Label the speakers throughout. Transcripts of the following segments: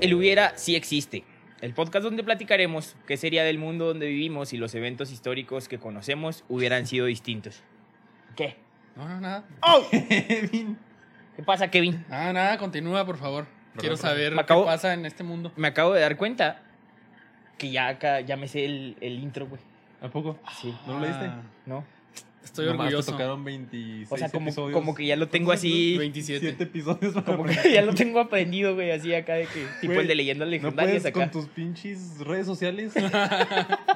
Speaker 1: el hubiera sí existe. El podcast donde platicaremos qué sería del mundo donde vivimos si los eventos históricos que conocemos hubieran sido distintos. ¿Qué?
Speaker 2: No, no, nada.
Speaker 1: ¡Oh!
Speaker 2: Kevin.
Speaker 1: ¿Qué pasa, Kevin?
Speaker 2: Nada, nada, continúa, por favor. Quiero saber
Speaker 1: Me acabo-
Speaker 2: qué pasa en este mundo.
Speaker 1: Me acabo de dar cuenta que ya acá ya me sé el, el intro, güey.
Speaker 3: ¿A poco?
Speaker 1: Sí.
Speaker 3: ¿No lo leíste?
Speaker 2: Ah,
Speaker 1: ¿No?
Speaker 2: Estoy
Speaker 3: Nomás te
Speaker 2: orgulloso.
Speaker 3: tocaron 26
Speaker 1: O sea, como,
Speaker 3: episodios.
Speaker 1: como que ya lo tengo así.
Speaker 2: 27.
Speaker 3: 7 episodios. para
Speaker 1: Como
Speaker 3: aprender.
Speaker 1: que ya lo tengo aprendido, güey, así acá de que. Tipo
Speaker 3: Güey,
Speaker 1: el de leyendas
Speaker 3: No
Speaker 1: legendarias
Speaker 3: puedes
Speaker 1: acá.
Speaker 3: con tus pinches redes sociales.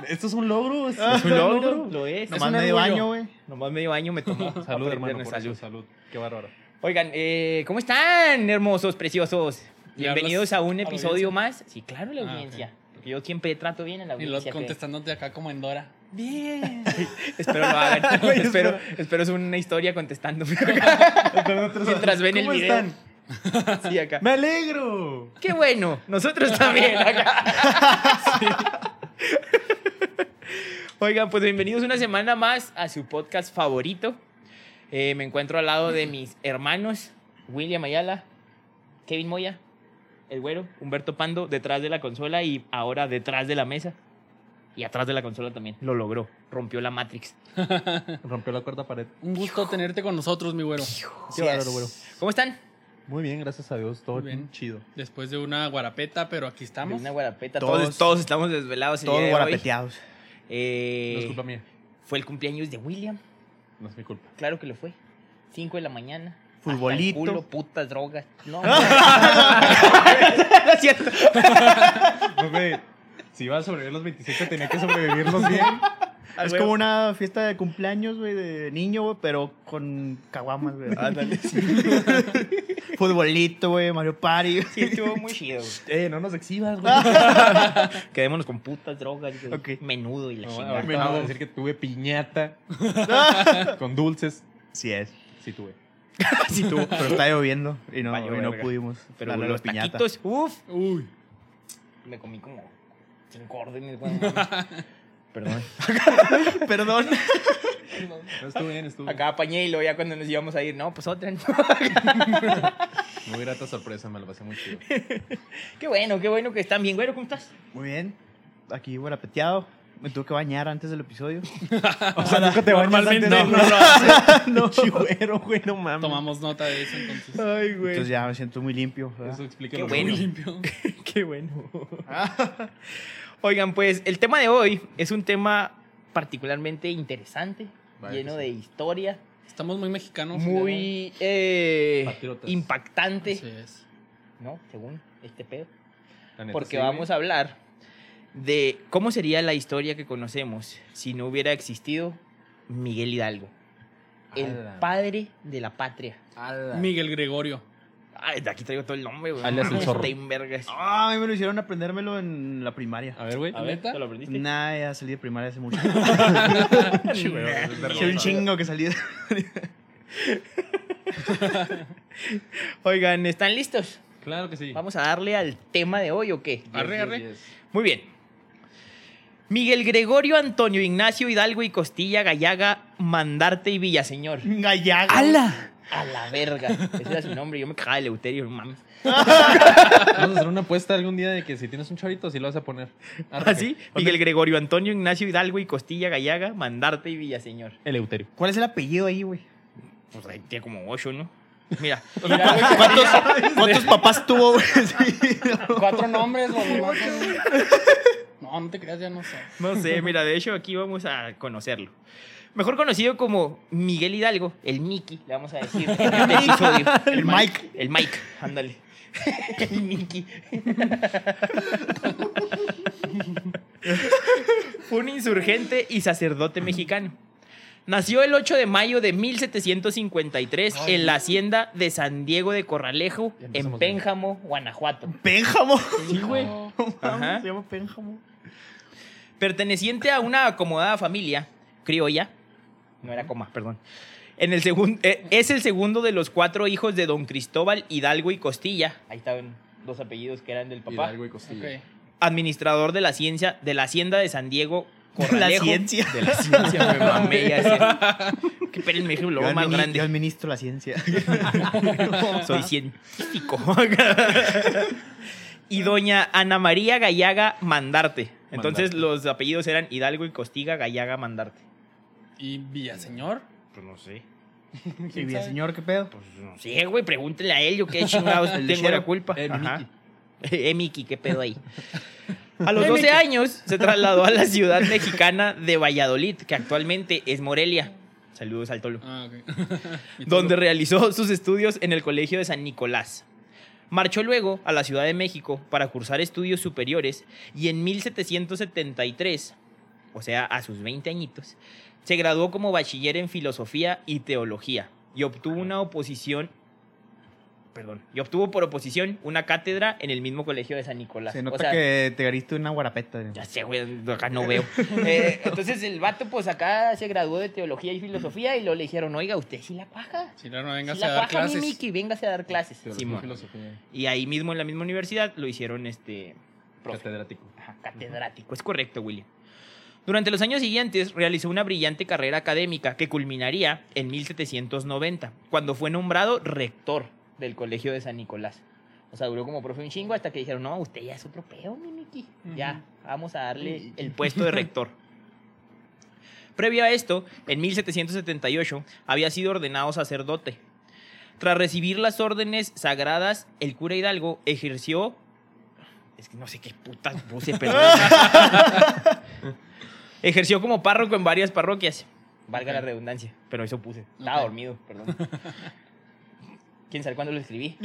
Speaker 3: Esto es un logro. Es,
Speaker 1: Es un logro, Ah, lo es.
Speaker 2: Es
Speaker 4: Nomás
Speaker 2: un
Speaker 4: medio
Speaker 2: orgullo.
Speaker 4: año, güey.
Speaker 1: Nomás medio año me tomó.
Speaker 3: Salud, hermano. por
Speaker 1: Salud.
Speaker 3: eso, salud. Qué bárbaro.
Speaker 1: Oigan, eh, ¿cómo están, hermosos, preciosos?
Speaker 2: ¿Le
Speaker 1: Bienvenidos
Speaker 2: hablas
Speaker 1: a un
Speaker 2: a la
Speaker 1: episodio más. Sí, claro, la
Speaker 2: Ah,
Speaker 1: audiencia.
Speaker 2: ok.
Speaker 1: Porque yo siempre trato bien a la
Speaker 2: Y lo
Speaker 1: audiencia. que-
Speaker 2: contestándote acá como en Dora.
Speaker 1: Bien. espero lo hagan.
Speaker 3: Güey,
Speaker 1: espero, espero es una historia contestando. Mientras
Speaker 3: Mientras
Speaker 1: ven el
Speaker 3: ¿Cómo
Speaker 1: video.
Speaker 3: están?
Speaker 1: sí, acá.
Speaker 3: ¡Me alegro!
Speaker 1: Qué bueno, nosotros también acá. Oigan, pues bienvenidos una semana más a su podcast favorito. Eh, me encuentro al lado de mis hermanos, William Ayala, Kevin Moya, el güero, Humberto Pando, detrás de la consola y ahora detrás de la mesa. Y atrás de la consola también. Lo logró. Rompió la Matrix.
Speaker 3: Rompió la cuarta pared.
Speaker 2: Un gusto tenerte con nosotros, mi güero.
Speaker 3: Qué bárbaro, güey.
Speaker 1: ¿Cómo están?
Speaker 3: Muy bien, gracias a Dios. Todo
Speaker 2: Muy bien.
Speaker 3: bien chido.
Speaker 2: Después de una guarapeta, pero aquí estamos.
Speaker 1: Una guarapeta. Todos,
Speaker 4: Todos-
Speaker 1: todos, estamos desvelados. el día
Speaker 4: Todos
Speaker 1: de hoy.
Speaker 4: guarapeteados.
Speaker 1: Eh,
Speaker 3: No es culpa mía.
Speaker 1: fue el cumpleaños de William.
Speaker 3: No es mi culpa.
Speaker 1: Claro que lo fue. 5 de la mañana. Hasta el
Speaker 4: Futbolito.
Speaker 1: culo, putas, drogas. No, no, no es cierto.
Speaker 3: No, güey. Si iba a sobrevivir los 27, tenía que sobrevivirlos bien.
Speaker 4: Es como una fiesta de cumpleaños, güey, de niño, güey, pero con caguamas, güey. Futbolito, güey, Mario Party.
Speaker 1: Sí, estuvo muy chido. güey.
Speaker 3: Eh, no nos exhibas, güey.
Speaker 1: Quedémonos con putas, drogas, güey.
Speaker 4: Ok.
Speaker 1: menudo y la
Speaker 3: No,
Speaker 1: chingada.
Speaker 3: ahorita vamos a decir que tuve piñata con dulces.
Speaker 4: Sí es.
Speaker 3: Sí tuve.
Speaker 4: Sí, tú. Pero está lloviendo y no,
Speaker 1: Valió
Speaker 4: y no
Speaker 1: verga.
Speaker 4: pudimos.
Speaker 1: Pero
Speaker 4: darle
Speaker 1: los
Speaker 4: la piñata.
Speaker 1: taquitos, uff.
Speaker 2: Uy.
Speaker 1: Me comí como cinco órdenes. güey, no mames. Perdón.
Speaker 4: Perdón.
Speaker 3: No, estuvo bien, estuvo bien.
Speaker 1: Acá apañé y luego ya cuando nos íbamos a ir, no, pues otra. no.
Speaker 3: Muy grata sorpresa, me lo pasé muy chido.
Speaker 1: qué bueno, qué bueno que están bien, güero. ¿Cómo estás?
Speaker 4: Muy bien. Aquí guarapeteado. Me tuve que bañar antes del episodio.
Speaker 3: O sea, nunca te
Speaker 2: Normalmente no, no lo
Speaker 4: no. Chihuero, güey, no mames.
Speaker 2: Tomamos nota de eso entonces.
Speaker 1: Ay, güey.
Speaker 4: Entonces ya me siento muy limpio. ¿verdad?
Speaker 3: Eso explica
Speaker 1: Qué
Speaker 3: lo que
Speaker 1: bueno.
Speaker 2: Muy
Speaker 3: fui.
Speaker 2: limpio.
Speaker 1: Qué bueno. Oigan, pues el tema de hoy es un tema particularmente interesante,
Speaker 3: Vaya que
Speaker 1: lleno
Speaker 3: sí.
Speaker 1: de historia,
Speaker 2: Estamos muy mexicanos.
Speaker 1: muy eh,
Speaker 3: Patriotas.
Speaker 1: impactante,
Speaker 2: Así es.
Speaker 1: ¿no? Según este pedo.
Speaker 3: La neta,
Speaker 1: Porque
Speaker 3: sí, güey.
Speaker 1: vamos a hablar de cómo sería la historia que conocemos si no hubiera existido Miguel Hidalgo, el
Speaker 3: Ala.
Speaker 1: padre de la patria.
Speaker 2: Miguel Gregorio.
Speaker 1: Ay, de aquí traigo todo el nombre, güey.
Speaker 3: Alias el
Speaker 1: Mames,
Speaker 3: zorro.
Speaker 1: está en vergas.
Speaker 4: Ah, a mí me lo hicieron aprendérmelo en la primaria.
Speaker 3: A ver, güey.
Speaker 2: A ver,
Speaker 1: ¿Te lo aprendiste?
Speaker 4: Nah, ya salí de primaria hace mucho.
Speaker 3: vergonzoso.
Speaker 4: Hace un chingo que salí de...
Speaker 1: Oigan, ¿están listos?
Speaker 3: Claro que sí.
Speaker 1: ¿Vamos a darle al tema de hoy o qué?
Speaker 2: Arre, arre.
Speaker 1: Muy bien. Miguel Gregorio Antonio Ignacio Hidalgo y Costilla Gallaga Mandarte y Villaseñor.
Speaker 4: Gallaga.
Speaker 1: A la verga. Ese era su nombre. Yo me cagaba de Leuterio, no mames.
Speaker 3: Vamos a hacer una apuesta algún día de que si tienes un chorito, sí lo vas a poner. Arre.
Speaker 1: Así, Ah, Miguel Gregorio Antonio Ignacio Hidalgo y Costilla Gallaga Mandarte y Villaseñor.
Speaker 3: Eleuterio.
Speaker 4: ¿Cuál es el apellido ahí, güey?
Speaker 1: Pues ahí tiene como ocho, ¿no? Mira,
Speaker 4: ¿Cuántos, cuántos papás tuvo, güey? Sí, no.
Speaker 2: Cuatro nombres, o nomás un- No, no te creas, ya no sé.
Speaker 1: no sé, mira, de hecho aquí vamos a conocerlo. Mejor conocido como Miguel Hidalgo, el Mickey, le vamos a decir en este episodio.
Speaker 4: El Mike.
Speaker 1: El Mike, ándale. El Mickey. Fue un insurgente y sacerdote mexicano. Nació el 8 de mayo de 1753 en la hacienda de San Diego de Corralejo,
Speaker 3: Ya
Speaker 1: en
Speaker 3: empezamos bien.
Speaker 1: Pénjamo, Guanajuato.
Speaker 4: Pénjamo.
Speaker 2: Sí, güey.
Speaker 1: Ajá.
Speaker 4: Se llama Pénjamo.
Speaker 1: Perteneciente a una acomodada familia criolla, no era coma, perdón. En el segun- eh, es el segundo de los cuatro hijos de don Cristóbal Hidalgo y Costilla. Ahí estaban dos apellidos que eran del papá.
Speaker 3: Hidalgo y Costilla.
Speaker 2: Ok.
Speaker 1: Administrador de la ciencia de la hacienda de San Diego.
Speaker 4: La
Speaker 1: Corralejo.
Speaker 4: ciencia.
Speaker 1: De la ciencia, me mamé ya sé. Qué pena, me dije, lo
Speaker 4: Yo,
Speaker 1: más
Speaker 4: administ- yo
Speaker 1: grande.
Speaker 4: administro la ciencia.
Speaker 1: Soy científico. y doña Ana María Gallaga Mandarte. Entonces
Speaker 3: Mandarte.
Speaker 1: los apellidos eran Hidalgo y Costiga Gallaga Mandarte.
Speaker 2: ¿Y Villaseñor?
Speaker 3: Pues no sé.
Speaker 4: Y
Speaker 2: ¿Quién
Speaker 4: bien,
Speaker 2: sabe?
Speaker 4: señor, ¿qué pedo?
Speaker 3: Pues no sé.
Speaker 1: Sí, güey, pregúntele a él, yo qué chingados
Speaker 4: El
Speaker 1: tengo la
Speaker 4: lechero.
Speaker 1: culpa.
Speaker 2: Eh,
Speaker 1: Ajá.
Speaker 2: Miki.
Speaker 1: Eh, Miki, qué pedo ahí. A los
Speaker 2: Eh,
Speaker 1: 12
Speaker 2: Miki.
Speaker 1: años se trasladó a la ciudad mexicana de Valladolid, que actualmente es Morelia. Saludos al Tolo.
Speaker 2: Ah, ok. Mi
Speaker 1: donde
Speaker 2: tío.
Speaker 1: realizó sus estudios en el Colegio de San Nicolás. Marchó luego a la Ciudad de México para cursar estudios superiores y en 1773, o sea, a sus 20 añitos, se graduó como bachiller en filosofía y teología y obtuvo una oposición perdón, y obtuvo por oposición una cátedra en el mismo Colegio de San Nicolás.
Speaker 4: Se
Speaker 1: O
Speaker 4: nota
Speaker 1: sea,
Speaker 4: que te gariste una guarapeta. güey.
Speaker 1: ya sé, güey, acá no veo. Eh, entonces el vato, pues acá se graduó de teología y filosofía y luego le dijeron, oiga, usted sí la paja.
Speaker 2: Si no, no vengas
Speaker 1: Si la
Speaker 2: a dar
Speaker 1: paja a mí,
Speaker 2: clases.
Speaker 1: Mickey, véngase a dar clases.
Speaker 3: Teología,
Speaker 1: Simón.
Speaker 2: Filosofía.
Speaker 1: Y ahí mismo, en la misma universidad, lo hicieron este profe.
Speaker 3: Catedrático.
Speaker 1: Ajá, catedrático. Es correcto, William. Durante los años siguientes realizó una brillante carrera académica que culminaría en 1790, cuando fue nombrado rector del Colegio de San Nicolás. O sea, duró como profe un chingo hasta que dijeron, no, usted ya es otro peo, mi Miki. Ya, vamos a darle el puesto de rector. Previo a esto, en 1778, había sido ordenado sacerdote. Tras recibir las órdenes sagradas, el cura Hidalgo ejerció... Es que no sé qué putas puse, perdón. ejerció como párroco en varias parroquias. Valga la
Speaker 2: Ok.
Speaker 1: redundancia, pero eso puse. Estaba
Speaker 2: Ok.
Speaker 1: dormido, perdón. ¿Quién sabe cuándo lo escribí?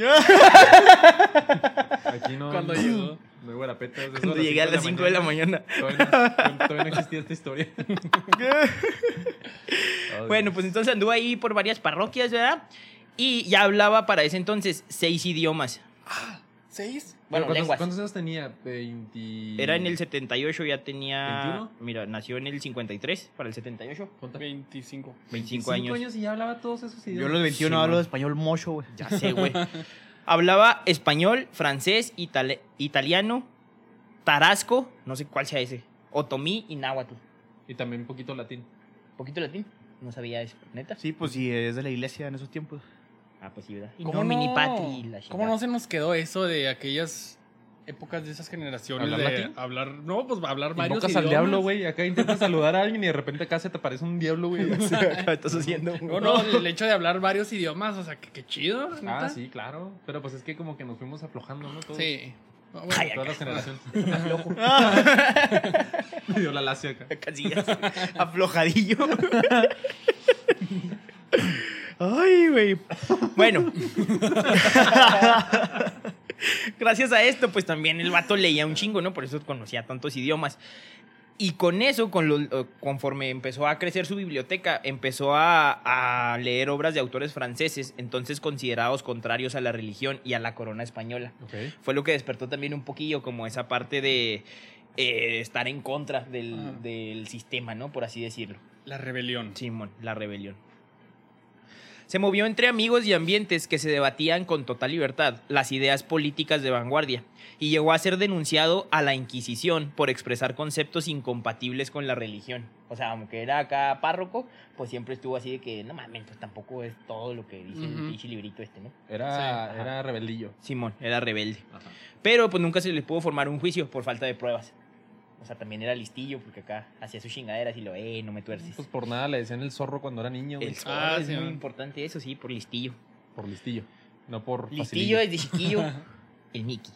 Speaker 3: Aquí no.
Speaker 2: Cuando
Speaker 3: no-
Speaker 2: llegó.
Speaker 3: No hay guarapetas. eso
Speaker 1: Cuando llegué a las 5 de la mañana.
Speaker 3: Todavía no, todavía no existía esta historia. Ay,
Speaker 1: Bueno, pues entonces anduvo ahí por varias parroquias, ¿verdad? Y ya hablaba para ese entonces seis idiomas.
Speaker 2: ¿Seis?
Speaker 1: Bueno,
Speaker 3: ¿cuántos,
Speaker 1: lenguas.
Speaker 3: ¿Cuántos años tenía? 20.
Speaker 1: Era en el 78, ya tenía...
Speaker 3: 21?
Speaker 1: Mira, nació en el 53 para el 78.
Speaker 3: ¿Cuánto?
Speaker 2: 25.
Speaker 1: 25
Speaker 3: 25
Speaker 1: años.
Speaker 3: y ya hablaba todos esos
Speaker 4: Yo a
Speaker 3: idiomas.
Speaker 4: los 21
Speaker 1: Sí,
Speaker 4: hablo
Speaker 1: man.
Speaker 4: de español mocho, güey.
Speaker 1: Ya sé, güey. Hablaba español, francés, itali- italiano, tarasco, no sé cuál sea ese, otomí y náhuatl.
Speaker 3: Y también un poquito latín.
Speaker 1: ¿Poquito latín? No sabía eso, neta.
Speaker 4: Sí, pues sí, es de la iglesia en esos tiempos.
Speaker 1: Ah, pues sí, ¿verdad? Y nomini patri y la
Speaker 2: ¿Cómo
Speaker 1: chingada.
Speaker 2: no se nos quedó eso de aquellas épocas de esas generaciones
Speaker 3: ¿Hablar
Speaker 2: de
Speaker 3: latín?
Speaker 2: hablar, no, pues hablar varios
Speaker 3: Invocas al
Speaker 2: idiomas?
Speaker 3: diablo, güey. Acá intentas saludar a alguien y de repente acá se te aparece un diablo, güey.
Speaker 1: Estás haciendo...
Speaker 2: No, no, el hecho de hablar varios idiomas, o sea, que, que chido.
Speaker 3: Ah,
Speaker 2: neta.
Speaker 3: sí, claro. Pero pues es que como que nos fuimos aflojando, ¿no? Todos,
Speaker 2: Sí. No, bueno,
Speaker 1: Ay,
Speaker 3: Todas
Speaker 1: acá.
Speaker 3: las generaciones. Me dio la lacia acá.
Speaker 1: Casillas. Aflojadillo. Ay, güey. Bueno. Gracias a esto, pues también el vato leía un chingo, ¿no? Por eso conocía tantos idiomas. Y con eso, con los- eh, conforme empezó a crecer su biblioteca, empezó a, a leer obras de autores franceses, entonces considerados contrarios a la religión y a la corona española
Speaker 3: Ok.
Speaker 1: fue lo que despertó también un poquillo como esa parte de eh, estar en contra del,
Speaker 2: Ah.
Speaker 1: del sistema, ¿no? Por así decirlo.
Speaker 2: La rebelión.
Speaker 1: Simón, la rebelión. Se movió entre amigos y ambientes que se debatían con total libertad las ideas políticas de vanguardia y llegó a ser denunciado a la Inquisición por expresar conceptos incompatibles con la religión. O sea, aunque era acá párroco, pues siempre estuvo así de que, no mames, pues tampoco es todo lo que dice el
Speaker 2: Ujú.
Speaker 1: pinche librito este, ¿no?
Speaker 2: Sí,
Speaker 3: Era,
Speaker 2: ajá.
Speaker 3: era rebeldillo.
Speaker 1: Simón, era rebelde.
Speaker 3: Ajá.
Speaker 1: Pero pues nunca se les pudo formar un juicio por falta de pruebas. O sea, también era listillo porque acá hacía sus chingaderas y lo, eh, no me tuerces.
Speaker 3: Pues por nada le decían el zorro cuando era niño, güey.
Speaker 1: El zorro
Speaker 2: Ah,
Speaker 1: es
Speaker 2: sí,
Speaker 1: muy
Speaker 2: man.
Speaker 1: importante eso, sí, por listillo.
Speaker 3: Por listillo. No por
Speaker 1: Listillo
Speaker 3: facilillo.
Speaker 1: desde chiquillo. El Mickey.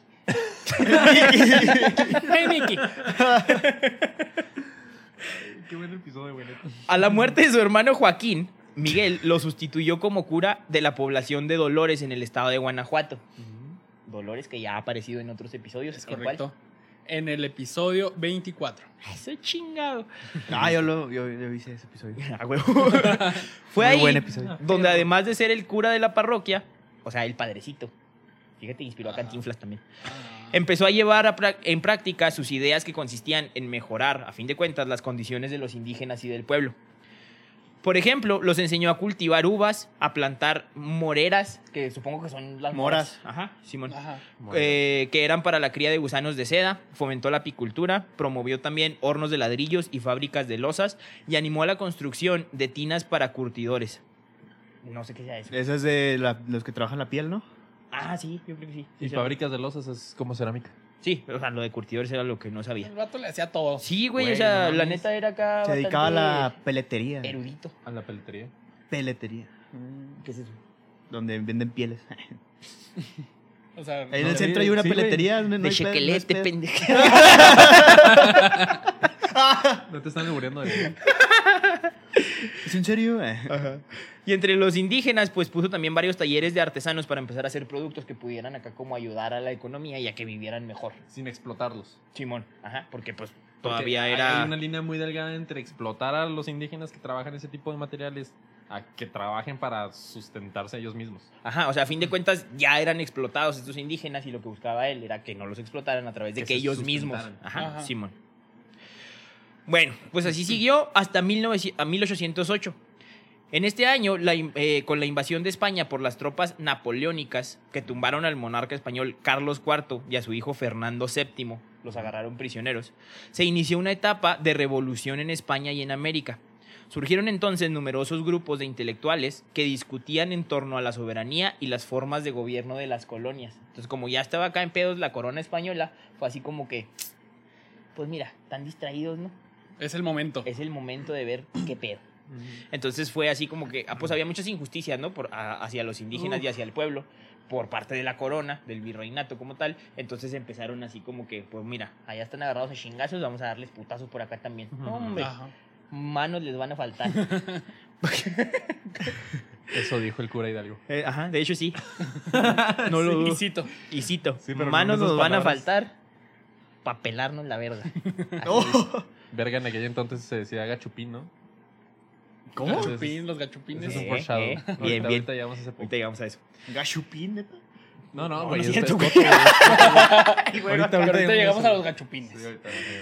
Speaker 2: ¡Hey, Mickey!
Speaker 3: Qué buen episodio, güey.
Speaker 1: A la muerte de su hermano Joaquín, Miguel lo sustituyó como cura de la población de Dolores en el estado de Guanajuato. Dolores que ya ha aparecido en otros episodios.
Speaker 2: Es
Speaker 1: ¿en cuál?
Speaker 2: correcto. En el episodio 24.
Speaker 1: Ah, Eso chingado.
Speaker 4: Ah, yo lo yo, yo hice ese episodio.
Speaker 1: A huevo. Fue
Speaker 4: Muy
Speaker 1: ahí
Speaker 4: buen
Speaker 2: Ah,
Speaker 4: episodio.
Speaker 1: donde además de ser el cura de la parroquia, o sea, el padrecito, fíjate, inspiró a
Speaker 4: Ah.
Speaker 1: Cantinflas también.
Speaker 2: Ah.
Speaker 1: Empezó a llevar a prac- en práctica sus ideas que consistían en mejorar, a fin de cuentas, las condiciones de los indígenas y del pueblo. Por ejemplo, los enseñó a cultivar uvas, a plantar moreras, que supongo que son las
Speaker 4: Moras.
Speaker 1: Ajá, Simón.
Speaker 2: Ajá.
Speaker 1: Eh, que eran para la cría de gusanos de seda, fomentó la apicultura, promovió también hornos de ladrillos y fábricas de losas y animó a la construcción de tinas para curtidores. No sé qué sea eso.
Speaker 4: Eh. Eso es de la- los que trabajan la piel, ¿no?
Speaker 1: Ah, sí, yo creo que sí.
Speaker 3: Y
Speaker 1: Sí,
Speaker 3: fábricas de losas es como cerámica.
Speaker 1: Sí, o sea, lo de curtidores era lo que no sabía.
Speaker 2: El vato le hacía todo.
Speaker 1: Sí, güey,
Speaker 2: Güey,
Speaker 1: o sea,
Speaker 2: no mames.
Speaker 1: la neta era acá.
Speaker 4: Se dedicaba a la
Speaker 1: Ah, bastante
Speaker 4: peletería.
Speaker 1: Erudito.
Speaker 3: A la peletería.
Speaker 4: Peletería.
Speaker 1: ¿Qué es eso?
Speaker 4: Donde venden pieles.
Speaker 2: O sea,
Speaker 4: Ahí en
Speaker 3: No,
Speaker 4: el
Speaker 3: sí,
Speaker 4: centro hay una
Speaker 3: sí, güey.
Speaker 4: peletería. Donde no
Speaker 1: de
Speaker 4: hay pedo, no hay
Speaker 1: chequelete,
Speaker 4: pedo.
Speaker 1: pendejo.
Speaker 3: No te están muriendo de
Speaker 4: ¿Es en serio?
Speaker 1: Y entre los indígenas, pues puso también varios talleres de artesanos para empezar a hacer productos que pudieran acá como ayudar a la economía y a que vivieran mejor.
Speaker 3: sin explotarlos.
Speaker 1: Simón, ajá, porque pues
Speaker 3: Porque
Speaker 1: todavía
Speaker 3: hay-
Speaker 1: era...
Speaker 3: Hay una línea muy delgada entre explotar a los indígenas que trabajan ese tipo de materiales a que trabajen para sustentarse ellos mismos.
Speaker 1: Ajá, o sea, a fin de cuentas ya eran explotados estos indígenas y lo que buscaba él era que no los explotaran a través de que,
Speaker 3: Que se
Speaker 1: ellos mismos.
Speaker 3: sustentaran.
Speaker 1: Ajá,
Speaker 2: Ajá.
Speaker 1: Simón. Bueno, pues así siguió hasta 1900 a 1808. En este año, la in- eh, con la invasión de España por las tropas napoleónicas que tumbaron al monarca español Carlos IV y a su hijo Fernando VII, los agarraron prisioneros, se inició una etapa de revolución en España y en América. Surgieron entonces numerosos grupos de intelectuales que discutían en torno a la soberanía y las formas de gobierno de las colonias. Entonces, como ya estaba acá en pedos la corona española, fue así como que, pues mira, tan distraídos, ¿no?
Speaker 2: es el momento.
Speaker 1: Es el momento de ver qué pedo. Entonces fue así como que, ah, pues había muchas injusticias, ¿no? Por, a- hacia los indígenas y hacia el pueblo, por parte de la corona, del virreinato como tal. Entonces empezaron así como que, pues mira, allá están agarrados a chingazos, vamos a darles putazos por acá también. No, hombre,
Speaker 2: Ajá.
Speaker 1: manos les van a faltar.
Speaker 3: Eso dijo el cura Hidalgo.
Speaker 1: Eh, ajá, de hecho sí. no lo dudo.
Speaker 2: Y cito.
Speaker 1: Y cito,
Speaker 3: Sí, pero
Speaker 1: manos
Speaker 3: con esas
Speaker 1: nos van a
Speaker 3: palabras.
Speaker 1: faltar para pelarnos la verga. Así
Speaker 4: Oh.
Speaker 3: Verga, en aquel entonces se decía gachupín, ¿no?
Speaker 4: ¿Cómo?
Speaker 2: Gachupín,
Speaker 3: Entonces,
Speaker 2: los
Speaker 3: Ese
Speaker 2: gachupines.
Speaker 3: es un
Speaker 1: Eh,
Speaker 3: foreshadow.
Speaker 1: eh.
Speaker 3: Ahorita-
Speaker 1: Bien, bien.
Speaker 3: ahorita llegamos a
Speaker 1: es.
Speaker 3: ese punto.
Speaker 1: Ahorita llegamos a eso.
Speaker 4: Gachupín, neta.
Speaker 1: No,
Speaker 3: No, no,
Speaker 1: no
Speaker 3: güey.
Speaker 1: es
Speaker 3: este
Speaker 1: cierto,
Speaker 3: es otro, güey.
Speaker 2: Pero ahorita llegamos a los
Speaker 3: Sí,
Speaker 2: gachupines.
Speaker 3: ahorita, güey.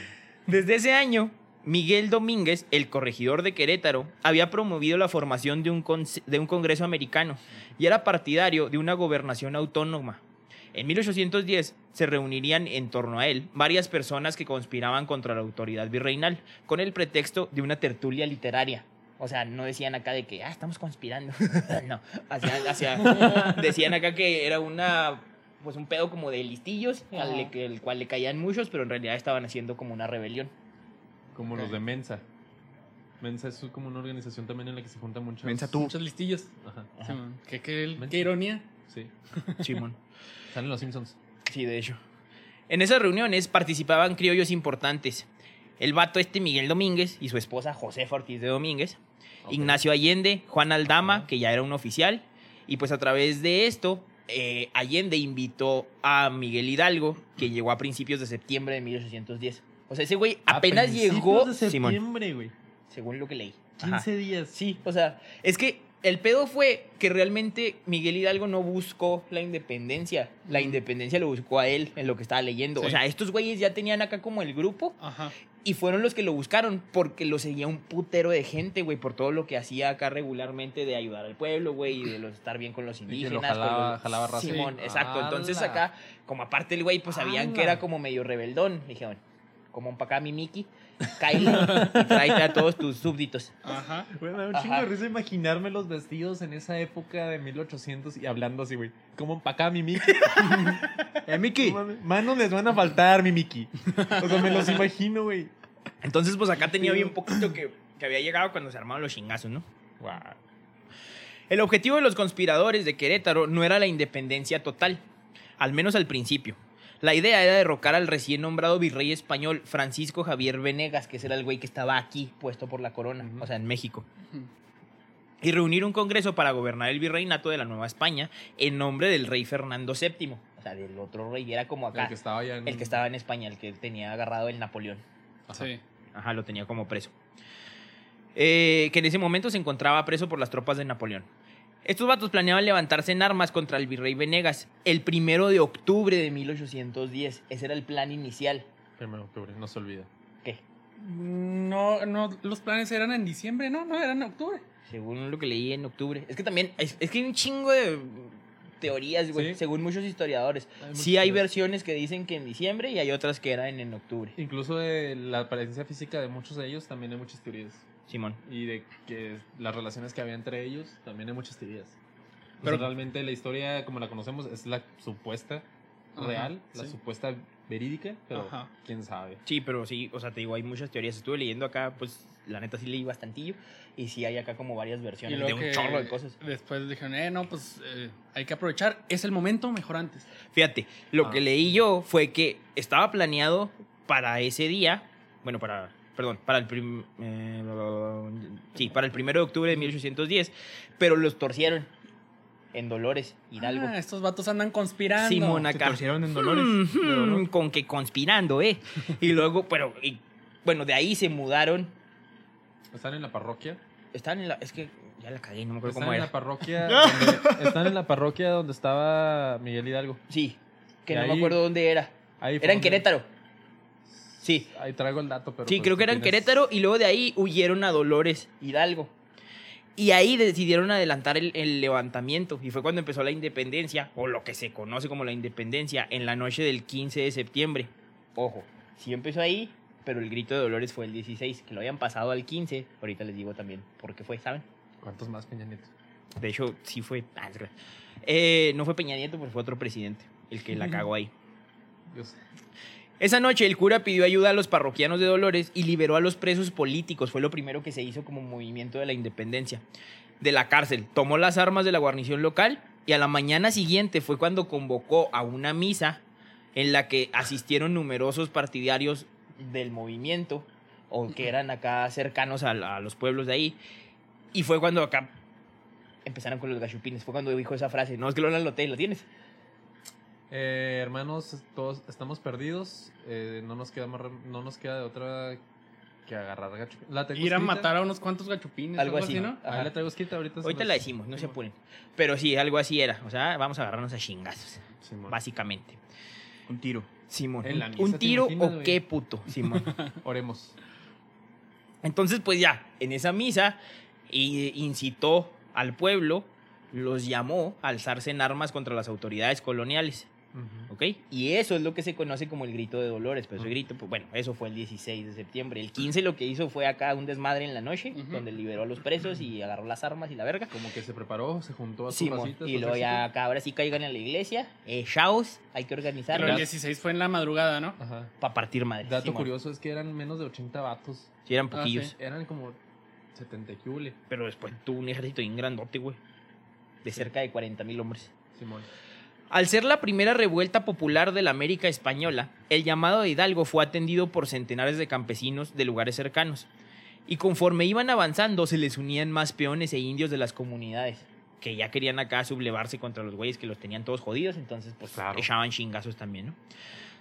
Speaker 1: Desde ese año, Miguel Domínguez, el corregidor de Querétaro, había promovido la formación de un, conce- de un Congreso americano y era partidario de una gobernación autónoma. En 1810 se reunirían en torno a él varias personas que conspiraban contra la autoridad virreinal con el pretexto de una tertulia literaria. O sea, no decían acá de que, ah, estamos conspirando. no, hacían- hacían- decían acá que era una, pues un pedo como de listillos, al
Speaker 2: Ajá.
Speaker 1: que- el cual le caían muchos, pero en realidad estaban haciendo como una rebelión.
Speaker 3: Como los
Speaker 2: Ok.
Speaker 3: de Mensa. Mensa es como una organización también en la que se juntan muchas.
Speaker 4: Mensa tú.
Speaker 2: Muchos listillos.
Speaker 3: Ajá,
Speaker 2: Sí,
Speaker 1: Ajá.
Speaker 2: man. qué, qué, qué ironía.
Speaker 3: sí.
Speaker 1: Simón.
Speaker 3: Salen los Simpsons.
Speaker 1: Sí, de hecho. En esas reuniones participaban criollos importantes. El vato este Miguel Domínguez y su esposa Josefa Ortiz de Domínguez, Ignacio Allende, Juan Aldama,
Speaker 3: Ajá.
Speaker 1: que ya era un oficial, y pues a través de esto, eh, Allende invitó a Miguel Hidalgo, que llegó a principios de septiembre de 1810. O sea, ese güey
Speaker 3: A
Speaker 1: apenas
Speaker 3: principios
Speaker 1: llegó,
Speaker 3: Ah, de
Speaker 1: Simón,
Speaker 3: septiembre, güey.
Speaker 1: según lo que leí. Ajá.
Speaker 3: 15 días.
Speaker 1: Sí, o sea, es que el pedo fue que realmente Miguel Hidalgo no buscó la independencia. La independencia lo buscó a él en lo que estaba leyendo. O
Speaker 2: Sí.
Speaker 1: sea, estos güeyes ya tenían acá como el grupo
Speaker 2: Ajá.
Speaker 1: y fueron los que lo buscaron porque lo seguía un putero de gente, güey, por todo lo que hacía acá regularmente de ayudar al pueblo, güey, y de los- estar bien con los
Speaker 3: que lo
Speaker 1: indígenas.
Speaker 3: jalaba-
Speaker 1: con los...
Speaker 3: jalaba raza.
Speaker 1: Simón,
Speaker 3: Sí.
Speaker 1: exacto. Entonces
Speaker 3: ¡Hala!
Speaker 1: acá, como aparte el güey, pues sabían que
Speaker 3: ¡Hala!
Speaker 1: era como medio rebeldón. Dijeron, como un pa' acá mi Mickey, cáele y tráete a todos tus súbditos.
Speaker 2: Ajá.
Speaker 3: Güey, me da un
Speaker 1: Ajá.
Speaker 3: chingo de risa imaginarme los vestidos en esa época de 1800 y hablando así, güey. Como pa' acá, mi Mickey.
Speaker 4: Eh, Miki.
Speaker 3: Manos les van a faltar, mi Mickey. O sea, me los imagino, güey.
Speaker 1: Entonces, pues acá tenía bien poquito que, que había llegado cuando se armaban los chingazos, ¿no?
Speaker 3: Guau.
Speaker 1: El objetivo de los conspiradores de Querétaro no era la independencia total, al menos al principio. La idea era derrocar al recién nombrado virrey español Francisco Javier Venegas, que ese era el güey que estaba aquí puesto por la corona,
Speaker 3: Ujú.
Speaker 1: o sea, en México,
Speaker 2: Ujú.
Speaker 1: y reunir un congreso para gobernar el virreinato de la Nueva España en nombre del rey Fernando VII, o sea, del otro rey, era como acá,
Speaker 3: El que estaba allá en...
Speaker 1: el que estaba en España, el que tenía agarrado el Napoleón.
Speaker 3: Ajá.
Speaker 2: Sí.
Speaker 1: Ajá, lo tenía como preso. Eh, que en ese momento se encontraba preso por las tropas de Napoleón. Estos vatos planeaban levantarse en armas contra el virrey Venegas el primero de octubre de 1810. Ese era el plan inicial.
Speaker 3: Primero de octubre, no se olvida.
Speaker 1: ¿Qué?
Speaker 2: No, no, los planes eran en diciembre, no, no, eran en octubre.
Speaker 1: Según lo que leí en octubre. Es que también, es, es que hay un chingo de teorías, güey,
Speaker 3: Sí.
Speaker 1: según muchos historiadores.
Speaker 3: Hay
Speaker 1: sí hay
Speaker 3: muchas-
Speaker 1: versiones que dicen que en diciembre y hay otras que eran en octubre.
Speaker 3: Incluso de la apariencia física de muchos de ellos también hay muchas teorías.
Speaker 1: Simón.
Speaker 3: Y de que las relaciones que había entre ellos también hay muchas teorías. O Pero
Speaker 4: Pero-
Speaker 3: realmente la historia, como la conocemos, es la supuesta
Speaker 2: Ajá,
Speaker 3: real, la
Speaker 2: sí.
Speaker 3: supuesta verídica, pero
Speaker 2: Ajá.
Speaker 3: quién sabe.
Speaker 1: Sí, pero sí, o sea, te digo, hay muchas teorías. Estuve leyendo acá, pues la neta sí leí bastantillo. Y sí hay acá como varias versiones de
Speaker 2: luego
Speaker 1: un
Speaker 2: que
Speaker 1: chorro de cosas.
Speaker 2: Después dijeron, eh, no, pues eh, hay que aprovechar. Es el momento, mejor antes.
Speaker 1: Fíjate, lo
Speaker 3: Ah.
Speaker 1: que leí yo fue que estaba planeado para ese día, bueno, para, perdón, para el, prim- eh, sí, para el primero de octubre de 1810, pero los torcieron en Dolores, Hidalgo.
Speaker 2: Ah, estos vatos andan conspirando.
Speaker 1: Simona
Speaker 4: Se
Speaker 1: Acá.
Speaker 4: torcieron en Dolores.
Speaker 1: Mm, mm,
Speaker 4: pero no.
Speaker 1: Con que conspirando, ¿eh? Y luego, pero, y, bueno, de ahí se mudaron.
Speaker 3: Están en la parroquia.
Speaker 1: Están en la, es que ya la cagué, no me acuerdo
Speaker 3: Están
Speaker 1: cómo
Speaker 3: en
Speaker 1: era.
Speaker 3: la parroquia. donde- están en la parroquia donde estaba Miguel Hidalgo.
Speaker 1: Sí, que
Speaker 3: Y
Speaker 1: no me
Speaker 3: ahí-
Speaker 1: acuerdo dónde era.
Speaker 3: Ahí fue
Speaker 1: Era en
Speaker 3: donde-
Speaker 1: Querétaro. Sí,
Speaker 3: Ahí traigo el dato, pero.
Speaker 1: sí,
Speaker 3: pues,
Speaker 1: creo
Speaker 3: si
Speaker 1: que era en
Speaker 3: tienes-
Speaker 1: Querétaro y luego de ahí huyeron a Dolores Hidalgo. Y ahí decidieron adelantar el, el levantamiento y fue cuando empezó la independencia, o lo que se conoce como la independencia, en la noche del 15 de septiembre. Ojo, sí empezó ahí, pero el grito de Dolores fue el 16, que lo habían pasado al 15. Ahorita les digo también por qué fue, ¿saben?
Speaker 3: ¿Cuántos más, Peña Nieto?
Speaker 1: De hecho, sí fue... ah, es verdad. Eh, no fue Peña Nieto, pero fue otro presidente, el que la cagó ahí.
Speaker 3: Yo sé.
Speaker 1: Esa noche el cura pidió ayuda a los parroquianos de Dolores y liberó a los presos políticos. Fue lo primero que se hizo como movimiento de la independencia. De la cárcel, tomó las armas de la guarnición local y a la mañana siguiente fue cuando convocó a una misa en la que asistieron numerosos partidarios del movimiento o que eran acá cercanos a, la- a los pueblos de ahí. Y fue cuando acá empezaron con los gachupines. Fue cuando dijo esa frase. No, es que lo anoté, ¿lo tienes?
Speaker 3: Eh, hermanos, todos estamos perdidos. eh, no, nos queda más re- no nos queda de otra que agarrar gacho. La tengo
Speaker 2: Ir a
Speaker 3: escrita,
Speaker 2: matar a unos cuantos gachupines.
Speaker 1: Algo así.
Speaker 2: ¿no?
Speaker 1: Ajá.
Speaker 3: Ahí la traigo escrita ahorita. se
Speaker 1: Ahorita
Speaker 3: los-
Speaker 1: la decimos, no se
Speaker 3: pues,
Speaker 1: apuren.
Speaker 3: Simón.
Speaker 1: Pero sí, algo así era. O sea, vamos a agarrarnos a chingazos,
Speaker 3: Simón.
Speaker 1: básicamente.
Speaker 4: Un tiro.
Speaker 1: Simón.
Speaker 3: En la
Speaker 1: ¿un-
Speaker 3: misa,
Speaker 1: ¿Un
Speaker 3: ¿te
Speaker 1: tiro
Speaker 3: imaginas,
Speaker 1: o
Speaker 3: güey?
Speaker 1: qué puto? Simón.
Speaker 3: Oremos.
Speaker 1: Entonces, pues ya, en esa misa i- incitó al pueblo, los llamó a alzarse en armas contra las autoridades coloniales.
Speaker 3: Ujú.
Speaker 1: ¿Ok? Y eso es lo que se conoce como el grito de Dolores. Pero ese
Speaker 3: Ujú.
Speaker 1: grito, pues bueno, eso fue el 16 de septiembre. El 15 lo que hizo fue acá un desmadre en la noche,
Speaker 2: Ujú.
Speaker 1: donde liberó a los presos y agarró las armas y la verga.
Speaker 3: Como que se preparó, se juntó a sus
Speaker 1: Simón,
Speaker 3: racitas,
Speaker 1: y
Speaker 3: su
Speaker 1: luego ya
Speaker 3: ejército.
Speaker 1: acá ahora sí caigan en la iglesia. Eh, chaos, hay que
Speaker 2: Pero el
Speaker 1: organizarnos
Speaker 2: 16 fue en la madrugada, ¿no?
Speaker 3: Ajá.
Speaker 1: para partir madre.
Speaker 3: Dato
Speaker 1: Simón.
Speaker 3: curioso es que eran menos de 80 vatos.
Speaker 1: Sí, eran
Speaker 2: Ah,
Speaker 1: poquillos.
Speaker 2: sí.
Speaker 3: Eran como 70 cule,
Speaker 1: Pero después tuvo un ejército bien grandote, güey. De cerca de 40 mil hombres.
Speaker 3: Simón.
Speaker 1: Al ser la primera revuelta popular de la América Española, el llamado de Hidalgo fue atendido por centenares de campesinos de lugares cercanos. Y conforme iban avanzando, se les unían más peones e indios de las comunidades, que ya querían acá sublevarse contra los güeyes que los tenían todos jodidos, entonces pues
Speaker 3: Claro.
Speaker 1: echaban chingazos también, ¿no?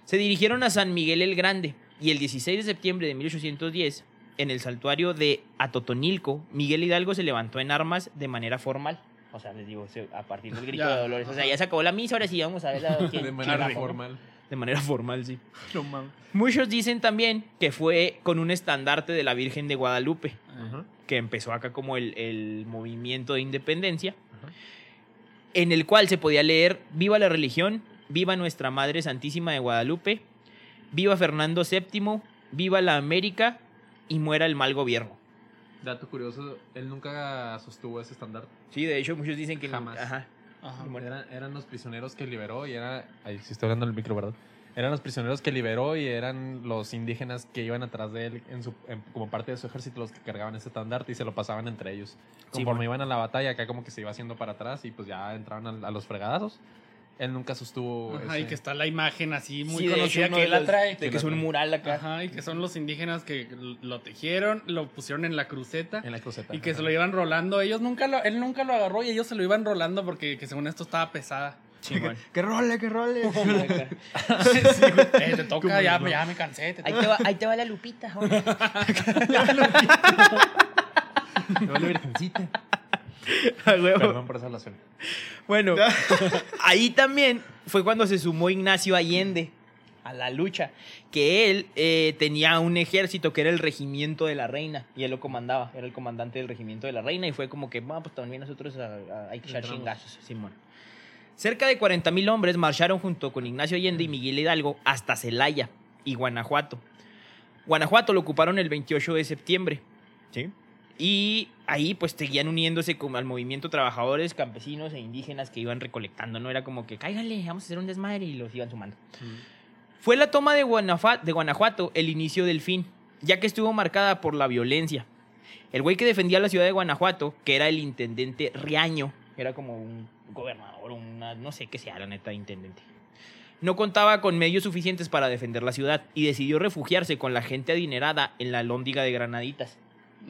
Speaker 1: Se dirigieron a San Miguel el Grande y el 16 de septiembre de 1810, en el santuario de Atotonilco, Miguel Hidalgo se levantó en armas de manera formal. O sea, les digo, se- a partir del grito
Speaker 2: Ya,
Speaker 1: de Dolores. O sea,
Speaker 2: ajá.
Speaker 1: ya se acabó la misa, ahora sí vamos a ver la, quién-
Speaker 3: De
Speaker 1: quién
Speaker 3: manera
Speaker 1: bajó, ¿no?
Speaker 3: formal.
Speaker 1: De manera formal, sí.
Speaker 4: No mames.
Speaker 1: Muchos dicen también que fue con un estandarte de la Virgen de Guadalupe,
Speaker 3: Ajá.
Speaker 1: que empezó acá como el, el movimiento de independencia,
Speaker 3: Ajá.
Speaker 1: en el cual se podía leer Viva la religión, viva nuestra Madre Santísima de Guadalupe, viva Fernando VII, viva la América y muera el mal gobierno.
Speaker 3: Dato curioso, él nunca sostuvo ese estándar.
Speaker 1: Sí, de hecho muchos dicen que no-
Speaker 3: Jamás.
Speaker 1: ajá.
Speaker 2: Eh, Ajá.
Speaker 1: Bueno.
Speaker 3: Eran, eran los prisioneros que liberó y era... Ahí sí estoy hablando en el micro, ¿verdad? Eran los prisioneros que liberó y eran los indígenas que iban atrás de él en su- en- como parte de su ejército los que cargaban ese estandarte y se lo pasaban entre ellos. Conforme
Speaker 1: bueno.
Speaker 3: iban a la batalla, acá como que se iba haciendo para atrás y pues ya entraban a, a los fregadazos. Él nunca sostuvo
Speaker 2: Ajá, y
Speaker 3: ese-
Speaker 2: que está la imagen así muy
Speaker 1: Sí, de hecho,
Speaker 2: conocida
Speaker 1: uno
Speaker 2: que
Speaker 1: de
Speaker 2: él la
Speaker 1: los-
Speaker 2: trae.
Speaker 1: de que es un
Speaker 3: trae.
Speaker 1: mural acá.
Speaker 2: Ajá, y que son los indígenas que lo tejieron, lo pusieron en la cruceta
Speaker 3: en la cruceta.
Speaker 2: y que se
Speaker 3: Ajá.
Speaker 2: lo iban rolando. Ellos nunca lo, él nunca lo agarró y ellos se lo iban rolando porque que según esto estaba pesada.
Speaker 1: Simón.
Speaker 4: Que role, que role.
Speaker 1: Acá.
Speaker 2: Eh, te toca, ya, ya me cansé. Te
Speaker 1: Ahí
Speaker 2: toca.
Speaker 1: te, va, ahí te va la lupita. joven.
Speaker 3: Me vale virgencita. Perdón por esa relación.
Speaker 1: Bueno, ahí también fue cuando se sumó Ignacio Allende a la lucha, que él eh, tenía un ejército que era el regimiento de la reina, y él lo comandaba, era el comandante del regimiento de la reina, y fue como que, bueno, pues también nosotros a- a- hay que echar
Speaker 3: Entramos.
Speaker 1: chingazos, Simón. Cerca de 40 mil hombres marcharon junto con Ignacio Allende y Miguel Hidalgo hasta Celaya y Guanajuato. Guanajuato lo ocuparon el 28 de septiembre. Y ahí pues seguían uniéndose como al movimiento trabajadores, campesinos e indígenas que iban recolectando, ¿no? Era como que, cáigale, vamos a hacer un desmadre y los iban sumando. Fue la toma de, Guanafa- de Guanajuato el inicio del fin, ya que estuvo marcada por la violencia. El güey que defendía la ciudad de Guanajuato, que era el intendente Riaño, era como un gobernador, una, no sé qué sea, la neta, intendente. No contaba con medios suficientes para defender la ciudad y decidió refugiarse con la gente adinerada en la lóndiga de Granaditas.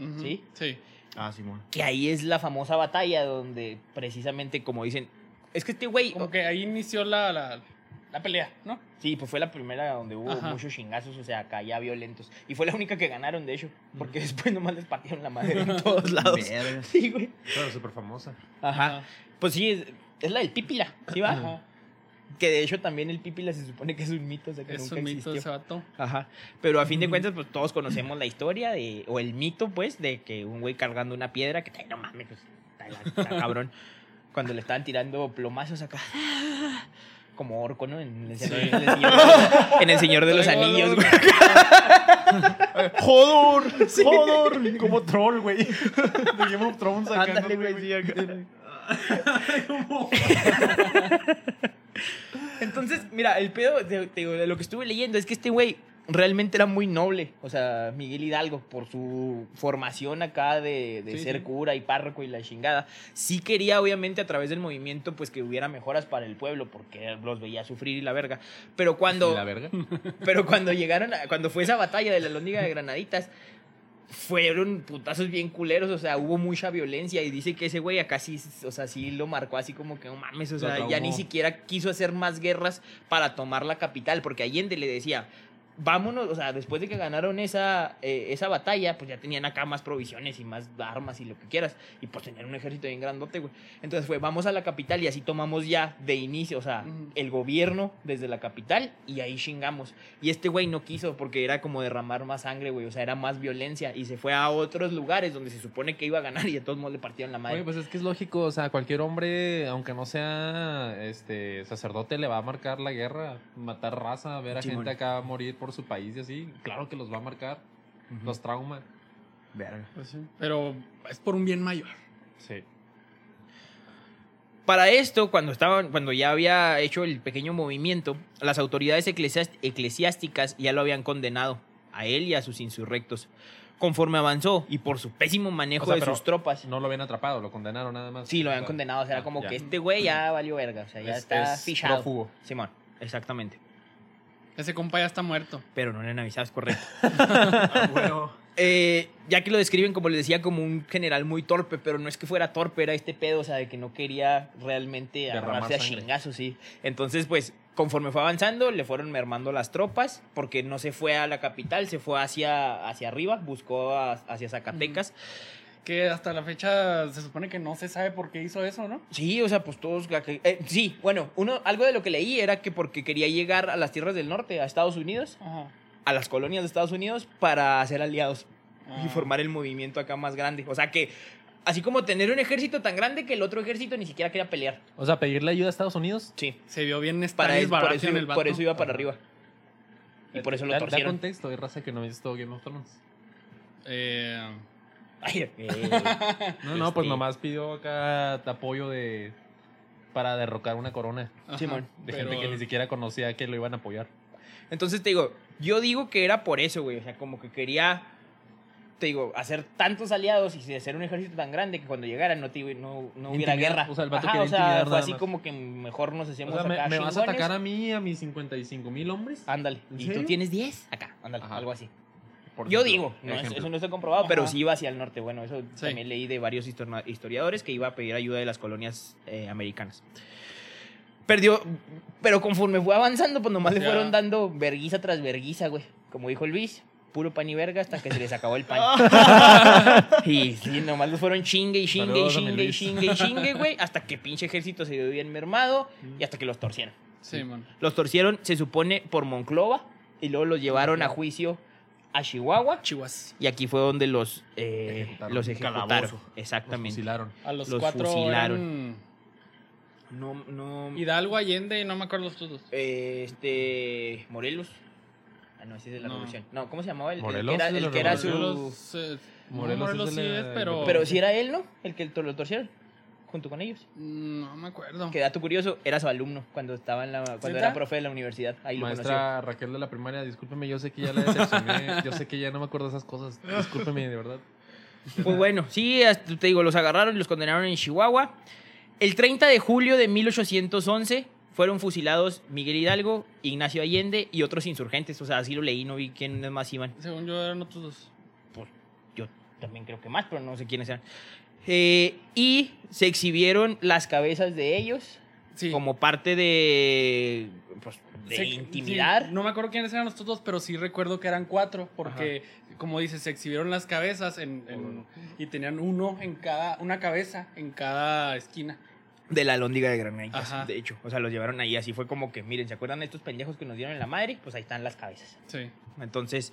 Speaker 2: Ujú.
Speaker 1: ¿Sí?
Speaker 2: Sí.
Speaker 4: Ah, Simón.
Speaker 1: Que ahí es la famosa batalla donde precisamente, como dicen, es que este güey...
Speaker 2: Como que ahí inició la, la, la pelea, ¿no?
Speaker 1: Sí, pues fue la primera donde hubo
Speaker 2: Ajá.
Speaker 1: muchos chingazos, o sea, acá ya violentos. Y fue la única que ganaron, de hecho, porque después nomás les partieron la madre en todos lados.
Speaker 4: Verga.
Speaker 1: Sí, güey.
Speaker 3: Pero súper famosa.
Speaker 1: Ajá. Pues sí, es, es la del Pípila, ¿sí va?
Speaker 2: Ajá.
Speaker 1: Que de hecho también el Pípila se supone que es un mito, o sea, que
Speaker 2: Es
Speaker 1: nunca
Speaker 2: un mito
Speaker 1: existió.
Speaker 2: ese vato.
Speaker 1: Ajá. Pero a fin de cuentas, pues todos conocemos la historia de, o el mito, pues, de que un güey cargando una piedra que, "Ay, no mames, pues, está, la- está cabrón. Cuando le estaban tirando plomazos acá. Como orco, ¿no? En el, señor, en el señor- en el Señor de los
Speaker 2: Traigo
Speaker 1: Anillos,
Speaker 2: dolor.
Speaker 1: güey.
Speaker 4: Jodor, Jodor, como troll, güey. De Game of Thrones
Speaker 1: Ándale,
Speaker 4: sacando,
Speaker 1: güey,
Speaker 4: güey. sí, acá.
Speaker 1: Entonces, mira, el pedo de, te digo, de lo que estuve leyendo es que este güey realmente era muy noble. O sea, Miguel Hidalgo, por su formación acá de, de
Speaker 2: Sí,
Speaker 1: ser
Speaker 2: sí.
Speaker 1: cura y párroco y la chingada, sí quería, obviamente, a través del movimiento, pues que hubiera mejoras para el pueblo, porque los veía sufrir y la verga. Pero cuando.
Speaker 3: ¿Y la verga?
Speaker 1: Pero cuando llegaron, a- cuando fue esa batalla de la Lóndiga de Granaditas, fueron putazos bien culeros, o sea, hubo mucha violencia y dice que ese güey acá sí, o sea, sí lo marcó así como que no mames, o
Speaker 3: Lo
Speaker 1: sea, ya
Speaker 3: traumó.
Speaker 1: ni siquiera quiso hacer más guerras para tomar la capital, porque Allende le decía, vámonos, o sea, después de que ganaron esa, eh, esa batalla, pues ya tenían acá más provisiones y más armas y lo que quieras, y pues tenían un ejército bien grandote, güey. Entonces fue, vamos a la capital y así tomamos ya de inicio, o sea,
Speaker 2: Ujú.
Speaker 1: el gobierno desde la capital y ahí chingamos. Y este güey no quiso porque era como derramar más sangre, güey, o sea, era más violencia y se fue a otros lugares donde se supone que iba a ganar y de todos modos le partieron la madre.
Speaker 3: Oye, pues es que es lógico, o sea, cualquier hombre, aunque no sea este sacerdote, le va a marcar la guerra, matar raza, ver a
Speaker 4: Simón.
Speaker 3: gente acá morir por su país y así. Claro que los va a marcar, los trauma.
Speaker 4: Verga.
Speaker 2: Pues sí. Pero es por un bien mayor.
Speaker 3: Sí.
Speaker 1: Para esto, cuando, estaban, cuando ya había hecho el pequeño movimiento, las autoridades eclesias- eclesiásticas ya lo habían condenado, a él y a sus insurrectos. Conforme avanzó y por su pésimo manejo
Speaker 3: O sea,
Speaker 1: de
Speaker 3: pero-
Speaker 1: sus tropas,
Speaker 3: No lo habían atrapado, lo condenaron nada más.
Speaker 1: sí, lo
Speaker 3: O
Speaker 1: habían
Speaker 3: sea,
Speaker 1: condenado. O sea,
Speaker 3: ah,
Speaker 1: era como
Speaker 3: ya.
Speaker 1: que este güey ya valió verga, o sea, ya
Speaker 3: Es-
Speaker 1: está
Speaker 3: es
Speaker 1: fichado.
Speaker 3: prófugo.
Speaker 1: Simón, exactamente.
Speaker 2: Ese compa ya está muerto.
Speaker 1: Pero no le han avisado, es correcto.
Speaker 3: Ah, Bueno,
Speaker 1: Eh, ya que lo describen, como les decía, como un general muy torpe, pero no es que fuera torpe, era este pedo, o sea, de que no quería realmente
Speaker 3: Derramar
Speaker 1: agarrarse a
Speaker 3: sangre.
Speaker 1: chingazos, sí. Entonces, pues, conforme fue avanzando, le fueron mermando las tropas, porque no se fue a la capital, se fue hacia, hacia arriba, buscó a- hacia Zacatecas.
Speaker 2: Que hasta la fecha se supone que no se sabe por qué hizo eso, ¿no?
Speaker 1: Sí, o sea, pues todos... eh, sí, bueno, uno, algo de lo que leí era que porque quería llegar a las tierras del norte, a Estados Unidos,
Speaker 2: Ajá.
Speaker 1: a las colonias de Estados Unidos, para hacer aliados. y
Speaker 2: Ah.
Speaker 1: formar el movimiento acá más grande. O sea que, así como tener un ejército tan grande que el otro ejército ni siquiera quería pelear.
Speaker 3: o sea, pedirle ayuda a Estados Unidos.
Speaker 1: Sí.
Speaker 2: Se vio bien
Speaker 1: Para
Speaker 2: Stanis
Speaker 1: eso, por,
Speaker 2: Baratheon
Speaker 1: eso,
Speaker 2: el vato.
Speaker 1: por eso iba para arriba. Y por eso lo
Speaker 3: Da- da
Speaker 1: torcieron.
Speaker 3: contexto, hay raza que no ha visto Game of Thrones.
Speaker 2: Eh,
Speaker 1: Ay, eh,
Speaker 3: No, no, pues
Speaker 1: Este-
Speaker 3: nomás pidió acá apoyo de para derrocar una corona
Speaker 2: ajá,
Speaker 1: Simón.
Speaker 3: de
Speaker 2: pero-
Speaker 3: gente que ni siquiera conocía que lo iban a apoyar.
Speaker 1: Entonces te digo, yo digo que era por eso, güey. O sea, como que quería, te digo, hacer tantos aliados y hacer un ejército tan grande que cuando llegaran no, te, no, no hubiera
Speaker 3: Intimidar,
Speaker 1: guerra.
Speaker 3: o sea, el vato
Speaker 1: Ajá,
Speaker 3: quería
Speaker 1: o sea,
Speaker 3: intimidar
Speaker 1: fue
Speaker 3: nada
Speaker 1: así
Speaker 3: más.
Speaker 1: como que mejor nos
Speaker 3: O
Speaker 1: hacemos
Speaker 3: sea,
Speaker 1: acá
Speaker 3: ¿me, me vas a
Speaker 1: chingones. Ah,
Speaker 3: atacar a mí y a mis 55 mil hombres?
Speaker 1: Ándale.
Speaker 3: ¿En
Speaker 1: Y tú
Speaker 3: serio?
Speaker 1: tienes 10 acá. Ándale,
Speaker 3: Ajá.
Speaker 1: algo así.
Speaker 3: Por
Speaker 1: Yo
Speaker 3: ejemplo.
Speaker 1: digo, no, es-
Speaker 3: Ejemplo.
Speaker 1: eso no está comprobado,
Speaker 2: Ajá.
Speaker 1: pero sí iba hacia el norte. Bueno, eso
Speaker 2: Sí.
Speaker 1: también leí de varios historna- historiadores que iba a pedir ayuda de las colonias eh, americanas. Perdió, pero conforme fue avanzando, pues nomás le
Speaker 2: Ya.
Speaker 1: fueron dando verguiza tras verguiza, güey. Como dijo Luis, puro pan y verga hasta que se les acabó el pan. y sí, nomás los fueron chingue y chingue
Speaker 3: Saludos
Speaker 1: y
Speaker 3: a mi
Speaker 1: chingue y
Speaker 3: Luis.
Speaker 1: chingue y chingue, güey, hasta que pinche ejército se dio bien mermado y hasta que los torcieron.
Speaker 2: Simón.
Speaker 1: Los torcieron, se supone, por Monclova y luego los llevaron a juicio a Chihuahua.
Speaker 2: Chihuas.
Speaker 1: Y aquí fue donde los, eh,
Speaker 3: Ejecutaron.
Speaker 1: los ejecutaron.
Speaker 4: Calabozo.
Speaker 3: Los
Speaker 1: Exactamente.
Speaker 3: fusilaron.
Speaker 2: A los,
Speaker 1: Los
Speaker 2: cuatro
Speaker 1: fusilaron.
Speaker 2: fusilaron.
Speaker 1: no, no.
Speaker 2: Hidalgo, Allende y no me acuerdo los otros. dos.
Speaker 1: eh, este. Morelos. Ah, no, ese es de la
Speaker 2: No.
Speaker 1: revolución. No, ¿cómo se llamaba el, el
Speaker 3: Morelos
Speaker 1: que era,
Speaker 3: es de
Speaker 1: el
Speaker 3: la
Speaker 1: que era su.
Speaker 2: Morelos, eh,
Speaker 3: Morelos,
Speaker 2: Morelos
Speaker 3: es, el-
Speaker 2: sí es,
Speaker 3: el-
Speaker 2: pero-
Speaker 1: Pero si era él, ¿no? El que lo torcieron junto con ellos.
Speaker 2: No me acuerdo.
Speaker 1: Que dato curioso, era su alumno cuando estaba en la cuando era
Speaker 2: ¿Neta?
Speaker 1: profe de la universidad. Ahí lo conoció.
Speaker 3: Maestra Raquel de la primaria, discúlpeme, yo sé que ya la decepcioné. yo sé que ya no me acuerdo de esas cosas. Discúlpeme, de verdad.
Speaker 1: Pues bueno, sí, hasta- te digo, los agarraron y los condenaron en Chihuahua. El 30 de julio de 1811 fueron fusilados Miguel Hidalgo, Ignacio Allende y otros insurgentes. O sea, así lo leí, no vi quiénes más iban.
Speaker 2: Según yo eran otros dos.
Speaker 1: Yo también creo que más, pero no sé quiénes eran. Eh, y se exhibieron las cabezas de ellos
Speaker 2: Sí.
Speaker 1: como parte de, pues, de
Speaker 2: Se-
Speaker 1: intimidar.
Speaker 2: sí, no me acuerdo quiénes eran los otros, pero sí recuerdo que eran cuatro, porque como dices, se exhibieron las cabezas en, en- y tenían uno en cada, una cabeza en cada esquina.
Speaker 1: De la lóndiga de granaditas,
Speaker 2: Ajá.
Speaker 1: de hecho. O sea, los llevaron ahí. Así fue como que, miren, ¿se acuerdan de estos pendejos que nos dieron en la madre? Pues ahí están las cabezas.
Speaker 2: Sí.
Speaker 1: Entonces,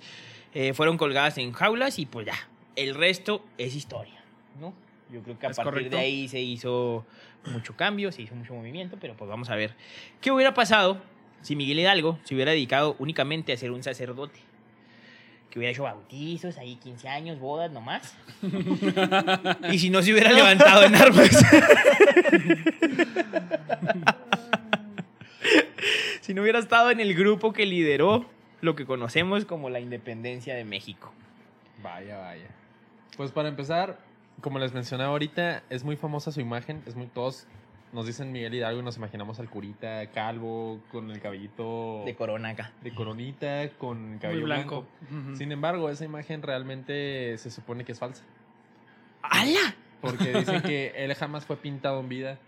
Speaker 1: eh, fueron colgadas en jaulas y pues ya. El resto es historia, ¿no? Yo creo que a
Speaker 2: Es
Speaker 1: partir
Speaker 2: correcto.
Speaker 1: de ahí se hizo mucho cambio, se hizo mucho movimiento, pero pues vamos a ver. ¿Qué hubiera pasado si Miguel Hidalgo se hubiera dedicado únicamente a ser un sacerdote? Que hubiera hecho bautizos, ahí 15 años, bodas nomás. y si no se hubiera levantado en armas. si no hubiera estado en el grupo que lideró lo que conocemos como la independencia de México.
Speaker 3: Vaya, vaya. Pues para empezar, como les mencionaba ahorita, es muy famosa su imagen, es muy todos nos dicen Miguel Hidalgo y nos imaginamos al curita calvo con el cabellito
Speaker 1: De Corona acá.
Speaker 3: de coronita con
Speaker 2: Muy
Speaker 3: cabello
Speaker 2: blanco.
Speaker 3: blanco.
Speaker 2: Ujú.
Speaker 3: Sin embargo, esa imagen realmente se supone que es falsa,
Speaker 1: ¡Hala!
Speaker 3: porque dicen que él jamás fue pintado en vida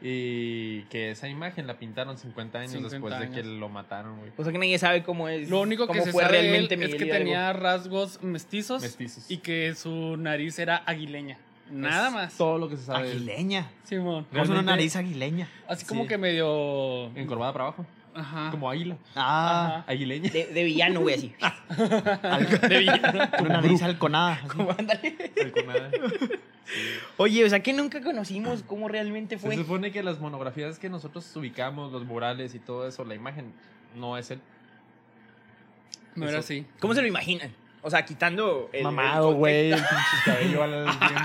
Speaker 3: y que esa imagen la pintaron 50 años
Speaker 2: 50
Speaker 3: después de que
Speaker 2: años.
Speaker 3: lo mataron, güey.
Speaker 1: O sea que nadie sabe cómo es.
Speaker 2: Lo único que
Speaker 1: cómo
Speaker 2: se
Speaker 1: fue
Speaker 2: sabe de él
Speaker 1: realmente
Speaker 2: es
Speaker 1: Miguel
Speaker 2: que
Speaker 1: Hidalgo.
Speaker 2: tenía rasgos mestizos,
Speaker 3: Mestizos.
Speaker 2: Pues, y que su nariz era aguileña. Nada
Speaker 3: Es
Speaker 2: más.
Speaker 3: Todo lo que se sabe. de él.
Speaker 4: Aguileña.
Speaker 2: Simón.
Speaker 4: Es una
Speaker 3: Realmente-
Speaker 4: nariz aguileña.
Speaker 2: Así como
Speaker 3: Sí.
Speaker 2: que medio.
Speaker 3: Encorvada para abajo,
Speaker 2: Ajá.
Speaker 3: Eh, como águila,
Speaker 4: Ah,
Speaker 3: aguileña.
Speaker 1: De, de villano, güey, así.
Speaker 4: una nariz halconada. así.
Speaker 1: Como, ándale.
Speaker 3: Halconada.
Speaker 1: Oye, o sea que nunca conocimos cómo realmente fue.
Speaker 3: Se supone que las monografías que nosotros ubicamos, los murales y todo eso, la imagen no es él.
Speaker 2: No era
Speaker 3: Eso.
Speaker 2: así.
Speaker 1: ¿Cómo se lo imaginan? O sea, quitando el.
Speaker 3: Mamado,
Speaker 1: el
Speaker 3: güey. El pinche cabello al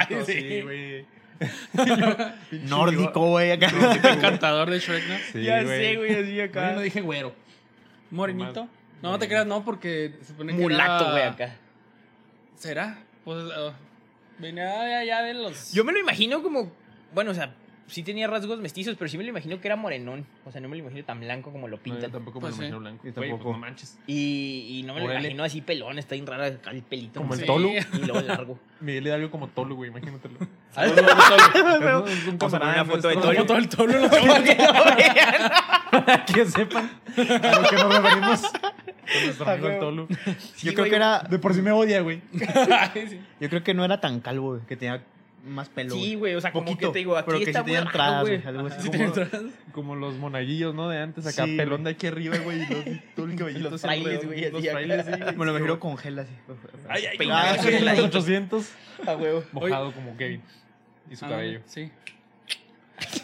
Speaker 3: viento,
Speaker 1: sí.
Speaker 3: sí, güey. Pinche
Speaker 4: Nórdico, güey, acá.
Speaker 2: El cantador de Shrek, ¿no?
Speaker 3: Sí,
Speaker 1: ya sé, güey, así
Speaker 3: No, yo
Speaker 1: acá.
Speaker 3: no dije güero.
Speaker 2: Morenito.
Speaker 3: Nomás-
Speaker 2: No, no te creas, no, porque se supone que
Speaker 1: Mulato,
Speaker 2: era-
Speaker 1: güey, acá.
Speaker 2: ¿Será? Pues ah, venía de allá de los...
Speaker 1: Yo me lo imagino como. Bueno, o sea, sí tenía rasgos mestizos, pero sí me lo imagino que era morenón. O sea, no me lo imagino tan blanco como lo
Speaker 3: No,
Speaker 1: pintan.
Speaker 3: yo tampoco
Speaker 2: Pues
Speaker 3: me
Speaker 2: sí.
Speaker 3: lo imagino blanco.
Speaker 4: Yo
Speaker 3: Güey, pues
Speaker 4: tampoco.
Speaker 3: no manches.
Speaker 1: Y, y no me lo
Speaker 3: Órale.
Speaker 1: imagino así pelón, está bien raro acá el pelito.
Speaker 3: Como el
Speaker 1: Sí.
Speaker 3: Tolu.
Speaker 1: Y luego largo.
Speaker 3: Miguel Hidalgo como Tolu, güey, imagínatelo.
Speaker 2: Saludos, Tolo.
Speaker 3: Es un
Speaker 1: Vamos a poner
Speaker 3: camarada
Speaker 1: una foto de
Speaker 3: nuestro.
Speaker 1: Tolu.
Speaker 2: Como todo el Tolo, lo-
Speaker 1: Para que lo vean.
Speaker 3: Para que sepan a lo que nos referimos con nuestro amigo el Tolu.
Speaker 4: Yo
Speaker 1: Sí,
Speaker 4: creo
Speaker 1: güey.
Speaker 4: que era.
Speaker 3: De por sí me odia, güey.
Speaker 2: Ay, sí.
Speaker 4: Yo creo que no era tan calvo, güey, que tenía más pelo.
Speaker 1: Sí, güey, o sea, como
Speaker 4: poquito,
Speaker 1: que te digo, aquí
Speaker 4: pero que
Speaker 1: está
Speaker 4: sí
Speaker 1: muy raro,
Speaker 4: tenía entradas,
Speaker 1: güey.
Speaker 4: güey, algo así.
Speaker 3: Sí,
Speaker 4: Como-
Speaker 3: tenía Como los monaguillos, ¿no? De antes, acá
Speaker 4: Sí,
Speaker 3: pelón de aquí arriba, güey. y los- Todo el cabellito.
Speaker 1: Los
Speaker 3: así
Speaker 1: frailes,
Speaker 3: alrededor,
Speaker 1: güey,
Speaker 3: Los
Speaker 1: así acá.
Speaker 3: frailes, sí, güey.
Speaker 4: Me lo imagino con gel así.
Speaker 1: Ay, ay,
Speaker 4: Ah,
Speaker 1: peinado,
Speaker 4: sí,
Speaker 1: güey, la-
Speaker 3: los 800.
Speaker 1: a huevo.
Speaker 3: Mojado como Kevin. Y su
Speaker 2: Ah,
Speaker 3: cabello.
Speaker 2: Sí.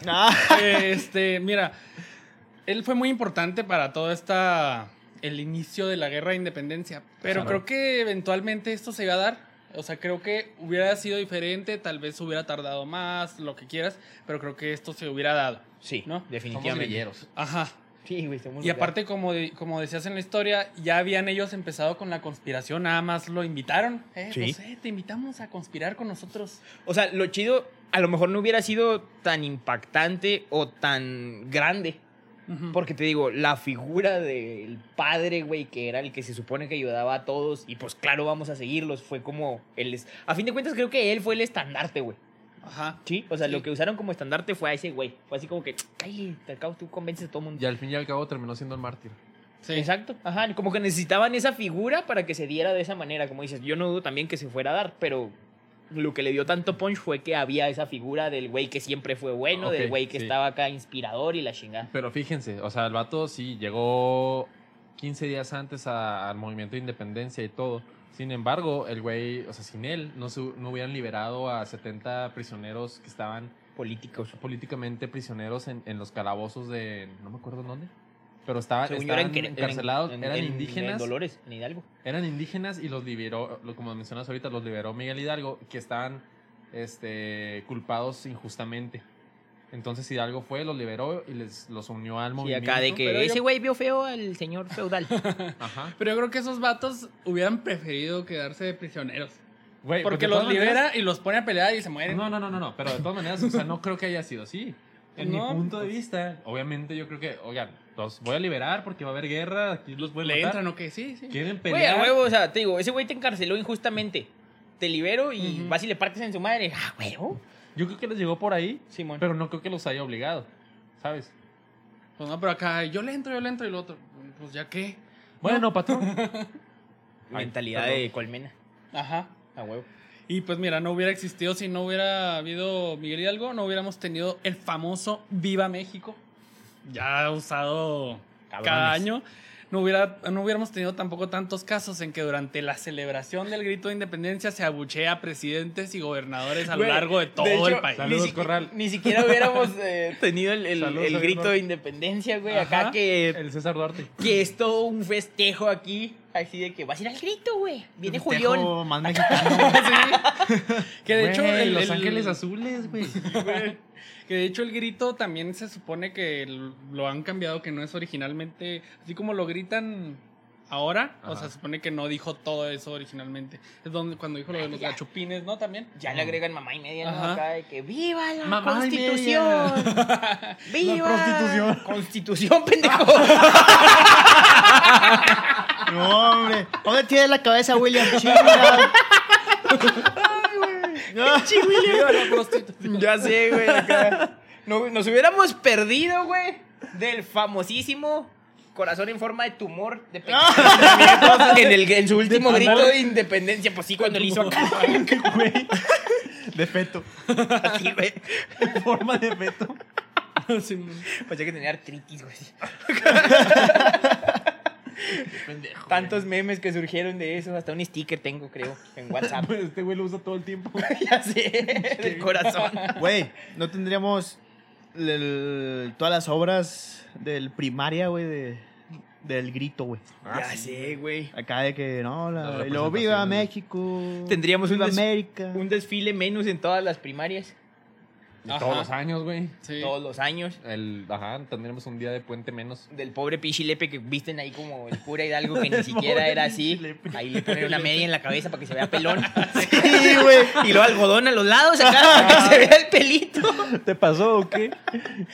Speaker 4: Ah.
Speaker 2: Eh, este, mira, él fue muy importante para toda esta... El inicio de la guerra de independencia. Pero
Speaker 3: Claro.
Speaker 2: creo que eventualmente esto se iba a dar. O sea, creo que hubiera sido diferente, tal vez hubiera tardado más, lo que quieras, pero creo que esto se hubiera dado.
Speaker 1: Sí,
Speaker 2: ¿No?
Speaker 1: definitivamente.
Speaker 2: Ajá.
Speaker 1: Sí, güey, somos
Speaker 2: Y aparte, como, de- como decías en la historia, ya habían ellos empezado con la conspiración, nada más lo invitaron. Eh,
Speaker 1: Sí.
Speaker 2: pues, eh, te invitamos a conspirar con nosotros.
Speaker 1: O sea, lo chido, a lo mejor no hubiera sido tan impactante o tan grande.
Speaker 2: Por-
Speaker 1: Porque te digo, la figura del padre, güey, que era el que se supone que ayudaba a todos, y pues claro, vamos a seguirlos, fue como el... es- A fin de cuentas, creo que él fue el estandarte, güey.
Speaker 2: Ajá.
Speaker 1: Sí, o sea,
Speaker 2: Sí.
Speaker 1: lo que usaron como estandarte fue a ese güey. Fue así como que, ay, te acabo, tú convences a todo el mundo.
Speaker 3: Y al fin y al cabo terminó siendo el mártir.
Speaker 2: Sí.
Speaker 1: Exacto, ajá, como que necesitaban esa figura para que se diera de esa manera, como dices, yo no dudo también que se fuera a dar, pero lo que le dio tanto punch fue que había esa figura del güey que siempre fue bueno,
Speaker 3: Ok,
Speaker 1: del güey que
Speaker 3: sí.
Speaker 1: estaba acá inspirador y la chingada.
Speaker 3: Pero fíjense, o sea, el vato sí llegó 15 días antes a- al movimiento de independencia y todo. Sin embargo, el güey, o sea, sin él, no, se hu- no hubieran liberado a 70 prisioneros que estaban
Speaker 1: Políticos.
Speaker 3: políticamente prisioneros en, en los calabozos de. No me acuerdo en dónde. pero estaba,
Speaker 1: Según yo
Speaker 3: Ah, estaban
Speaker 1: Quere-
Speaker 3: encarcelados,
Speaker 1: en-
Speaker 3: eran
Speaker 1: en- En
Speaker 3: indígenas,
Speaker 1: Dolores, en Hidalgo.
Speaker 3: eran indígenas y los liberó, lo- como mencionas ahorita, los liberó Miguel Hidalgo, que estaban este, culpados injustamente. Entonces Hidalgo fue, los liberó y les, los unió al
Speaker 1: Y
Speaker 3: movimiento.
Speaker 1: acá de
Speaker 2: pero
Speaker 1: que
Speaker 2: yo-
Speaker 1: ese güey vio feo al señor feudal.
Speaker 3: Ajá.
Speaker 2: Pero yo creo que esos vatos hubieran preferido quedarse de prisioneros.
Speaker 3: Güey, pues,
Speaker 2: Porque
Speaker 3: de
Speaker 2: los
Speaker 3: todas maneras-
Speaker 2: libera y los pone a pelear y se mueren.
Speaker 3: No, no, no, no, no, pero de todas maneras, o sea, no creo que haya sido así. En
Speaker 2: No,
Speaker 3: mi punto de
Speaker 2: pues-
Speaker 3: vista, obviamente yo creo que, oigan, los voy a liberar porque va a haber guerra, aquí los voy a
Speaker 2: Pues Le
Speaker 3: matar.
Speaker 2: entran o qué, sí, sí.
Speaker 3: Quieren
Speaker 1: Güey, a
Speaker 3: pelear.
Speaker 1: huevo, o sea, te digo, ese güey te encarceló injustamente. Te libero y
Speaker 2: Ujú.
Speaker 1: vas y le partes en su madre. Ah, huevo.
Speaker 3: Yo creo que les llegó por ahí,
Speaker 1: Simón.
Speaker 3: pero no creo que los haya obligado, ¿sabes?
Speaker 2: Pues no, pero acá yo le entro, yo le entro y lo otro. Pues ya qué.
Speaker 3: Bueno, patrón. Ay,
Speaker 1: Mentalidad
Speaker 3: perdón.
Speaker 1: de colmena.
Speaker 2: Ajá.
Speaker 1: A huevo.
Speaker 2: Y pues mira, no hubiera existido si no hubiera habido Miguel Hidalgo, no hubiéramos tenido el famoso Viva México, ya usado cada
Speaker 1: Cabrones.
Speaker 2: año. No, hubiera, no hubiéramos tenido tampoco tantos casos en que durante la celebración del grito de independencia se abuchea a presidentes y gobernadores a lo
Speaker 1: Güey,
Speaker 2: largo de todo
Speaker 1: hecho,
Speaker 2: el país.
Speaker 1: Ni,
Speaker 3: Saludos,
Speaker 1: siqui-
Speaker 3: Corral.
Speaker 1: ni siquiera hubiéramos eh, tenido el, el-
Speaker 3: Saludos,
Speaker 1: el
Speaker 3: Javier
Speaker 1: grito
Speaker 3: Corral.
Speaker 1: de independencia, güey. Acá
Speaker 2: Ajá.
Speaker 1: que,
Speaker 3: El César Duarte.
Speaker 1: que es todo un festejo aquí. Así de que vas a ir al grito, güey. Viene
Speaker 4: Festejo
Speaker 1: Julián.
Speaker 4: más mexicano.
Speaker 2: Sí. Que de hecho,
Speaker 3: Güey,
Speaker 2: el-
Speaker 3: Los
Speaker 2: el-
Speaker 3: Ángeles Azules, güey.
Speaker 2: Que de hecho el grito también se supone que l- lo han cambiado, que no es originalmente, así como lo gritan ahora, o
Speaker 3: Ajá.
Speaker 2: sea, se supone que no dijo todo eso originalmente. Es donde cuando dijo lo de los
Speaker 1: Ya.
Speaker 2: gachupines, ¿no? También.
Speaker 1: Ya le agregan mamá y media, ¿no?
Speaker 2: Ajá.
Speaker 1: Acá de que ¡viva la
Speaker 3: Mamá y media.
Speaker 1: Constitución! ¡Viva!
Speaker 4: prostitución.
Speaker 1: ¡Constitución, pendejo!
Speaker 4: No, hombre. ¿Dónde tiene la cabeza, William? Chinga. No.
Speaker 2: Viva la prostitución.
Speaker 1: Ya sé, güey. acá. No- nos hubiéramos perdido, güey, del famosísimo corazón en forma de tumor de pequeño nacimiento en, el, en su último grito de independencia. Pues sí, cuando le hizo acá.
Speaker 4: Güey. De feto.
Speaker 1: Así, güey.
Speaker 4: En forma de feto.
Speaker 2: Sí,
Speaker 1: Pensé Pues que tenía artritis, güey.
Speaker 3: Pendejo.
Speaker 1: Tantos memes que surgieron de eso. Hasta un sticker tengo, creo, en WhatsApp.
Speaker 3: Pues este güey lo usa todo el tiempo.
Speaker 1: ya sé, del corazón.
Speaker 4: Güey, no tendríamos el- el- todas las obras del primaria, güey, de, del grito, güey.
Speaker 1: Ya sé, güey.
Speaker 4: Acá de que, no, la,
Speaker 3: Las
Speaker 4: y luego viva
Speaker 3: representaciones.
Speaker 4: México.
Speaker 1: Tendríamos un
Speaker 4: viva
Speaker 1: des-
Speaker 4: América.
Speaker 1: Un desfile menos en todas las primarias,
Speaker 3: Y
Speaker 2: Ajá.
Speaker 3: Todos los años, güey.
Speaker 2: sí.
Speaker 1: todos los años.
Speaker 3: El, ajá, tendremos un día de puente menos.
Speaker 1: del pobre pichilepe que visten ahí como el cura Hidalgo que ni siquiera
Speaker 4: pobre
Speaker 1: era así.
Speaker 4: Pichilepe.
Speaker 1: Ahí le ponen una media en la cabeza para que se vea pelón.
Speaker 4: Sí, güey.
Speaker 1: Y luego algodón a los lados acá para que se vea el pelito.
Speaker 4: ¿Te pasó o qué?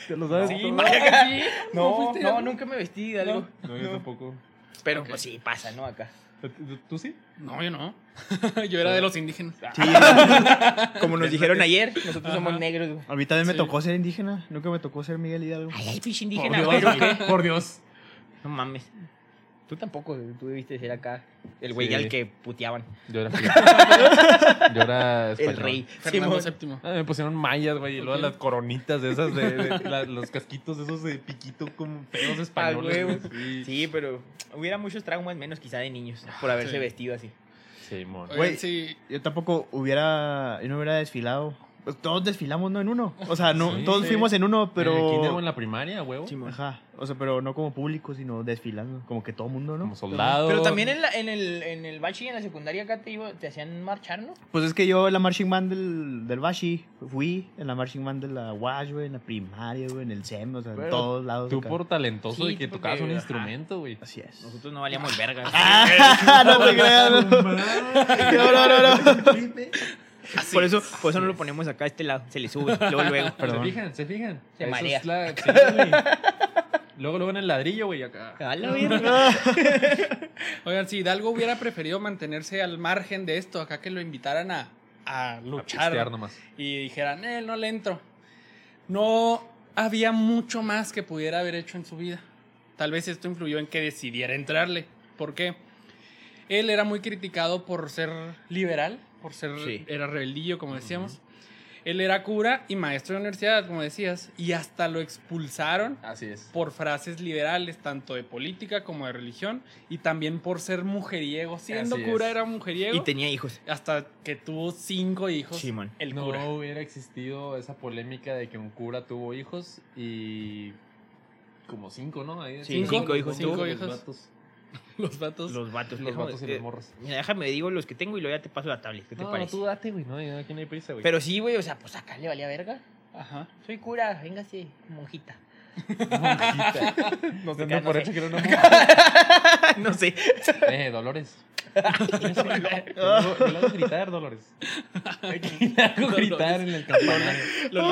Speaker 4: ¿Te lo sabes?
Speaker 2: Sí,
Speaker 4: todo?
Speaker 2: no, sí,
Speaker 1: No,
Speaker 2: fuiste-
Speaker 1: no, nunca me vestí de algo.
Speaker 3: No, yo tampoco.
Speaker 1: Pero pues sí, pasa, ¿no? Acá.
Speaker 3: ¿Tú- ¿Tú sí?
Speaker 2: No, yo no. yo era de los indígenas.
Speaker 4: Sí.
Speaker 1: Como nos dijeron ayer, nosotros
Speaker 2: Ajá.
Speaker 1: somos negros. güey.
Speaker 4: A mí también me
Speaker 2: Sí.
Speaker 4: tocó ser indígena. Nunca me tocó ser Miguel Hidalgo.
Speaker 1: Ay, ay, pinche
Speaker 3: Por
Speaker 1: indígena,
Speaker 3: Dios,
Speaker 1: güey.
Speaker 3: güey, por Dios.
Speaker 1: No mames. Tú tampoco, güey, tú debiste ser acá el güey
Speaker 3: Sí.
Speaker 1: al que puteaban.
Speaker 3: Yo era Yo era español.
Speaker 1: El rey.
Speaker 2: Fernando
Speaker 1: Simón.
Speaker 2: VII.
Speaker 3: Ah, me pusieron mallas, güey, y luego
Speaker 2: Ok.
Speaker 3: las coronitas de esas, de, de- la- los casquitos esos de piquito como feos
Speaker 1: Ah,
Speaker 3: españoles.
Speaker 1: huevo.
Speaker 3: güey. Sí,
Speaker 1: Sí, pero hubiera muchos traumas menos quizá de niños por haberse
Speaker 2: Sí.
Speaker 1: vestido así.
Speaker 3: sí, mon.
Speaker 2: Oigan,
Speaker 4: Güey.
Speaker 2: sí.
Speaker 4: Yo tampoco hubiera, yo no hubiera desfilado. Pues todos desfilamos, ¿no? En uno. O sea, no,
Speaker 3: Sí,
Speaker 4: todos
Speaker 3: sí.
Speaker 4: fuimos en uno,
Speaker 3: Pero... ¿En el kinder o en
Speaker 4: pero...
Speaker 3: la primaria, huevo?
Speaker 4: Ajá. O sea, pero no como público, sino desfilando. Como que todo mundo, ¿no?
Speaker 3: Como soldado.
Speaker 1: Pero también en, la- en el, en el bachi y en la secundaria acá te, iba- te hacían marchar, ¿no?
Speaker 4: Pues es que yo en la marching band del, del Bashi fui, en la marching band de la Wash, güey, en la primaria, güey, en el SEM, o sea,
Speaker 3: Pero
Speaker 4: en todos lados.
Speaker 3: Tú
Speaker 4: acá.
Speaker 3: por talentoso
Speaker 1: Sí,
Speaker 3: y que
Speaker 1: porque,
Speaker 3: tocabas un
Speaker 1: ajá.
Speaker 3: instrumento, güey.
Speaker 4: Así es.
Speaker 1: Nosotros no valíamos verga.
Speaker 4: Ah, no te creas. No, no, no. no.
Speaker 1: por, eso, por eso no lo ponemos acá a este lado. Se le sube. Luego, luego.
Speaker 3: ¿Se
Speaker 4: Perdón.
Speaker 3: fijan? ¿Se fijan?
Speaker 1: Se
Speaker 3: Eso
Speaker 1: marea.
Speaker 3: es la- sí, güey. luego, luego en el ladrillo, güey, acá.
Speaker 1: A la verga.
Speaker 2: Oigan, si Hidalgo hubiera preferido mantenerse al margen de esto, acá que lo invitaran a, a
Speaker 3: A
Speaker 2: luchar.
Speaker 3: pistear nomás.
Speaker 2: y dijeran, eh, no le entro. No había mucho más que pudiera haber hecho en su vida. Tal vez esto influyó en que decidiera entrarle. ¿Por qué? Él era muy criticado por ser liberal, por ser
Speaker 1: Sí.
Speaker 2: era rebeldillo, como decíamos. Él era cura y maestro de universidad, como decías, y hasta lo expulsaron
Speaker 3: Así es.
Speaker 2: por frases liberales, tanto de política como de religión, y también por ser mujeriego. Siendo
Speaker 3: Así
Speaker 2: cura
Speaker 3: es.
Speaker 2: era mujeriego.
Speaker 1: Y tenía hijos.
Speaker 2: Hasta que tuvo cinco hijos.
Speaker 1: Simón.
Speaker 2: el
Speaker 3: no
Speaker 2: cura.
Speaker 3: hubiera existido esa polémica de que un cura tuvo hijos y como cinco, ¿no? Ahí,
Speaker 1: Sí, cinco hijos
Speaker 3: cinco
Speaker 2: tú.
Speaker 3: hijos.
Speaker 2: Los vatos. Los vatos.
Speaker 1: Los vatos.
Speaker 3: Los
Speaker 1: déjame-
Speaker 3: vatos y las
Speaker 1: eh,
Speaker 3: morras.
Speaker 1: Mira, déjame, digo los que tengo y luego ya te paso la tablet. ¿Qué te
Speaker 3: No,
Speaker 1: parece?
Speaker 3: tú date, güey. No, aquí no hay prisa, güey.
Speaker 1: Pero sí, güey, o sea, pues acá le valía verga.
Speaker 2: Ajá.
Speaker 1: Soy cura, véngase, monjita.
Speaker 3: Nos
Speaker 1: se
Speaker 3: den
Speaker 1: quedan,
Speaker 3: por
Speaker 1: no sé.
Speaker 3: hecho que era una
Speaker 1: no sé.
Speaker 3: mujer. Eh, Dolores. Te hago- te lo hago gritar, Dolores. Te hago gritar en el campanario.
Speaker 4: Ay, la
Speaker 3: En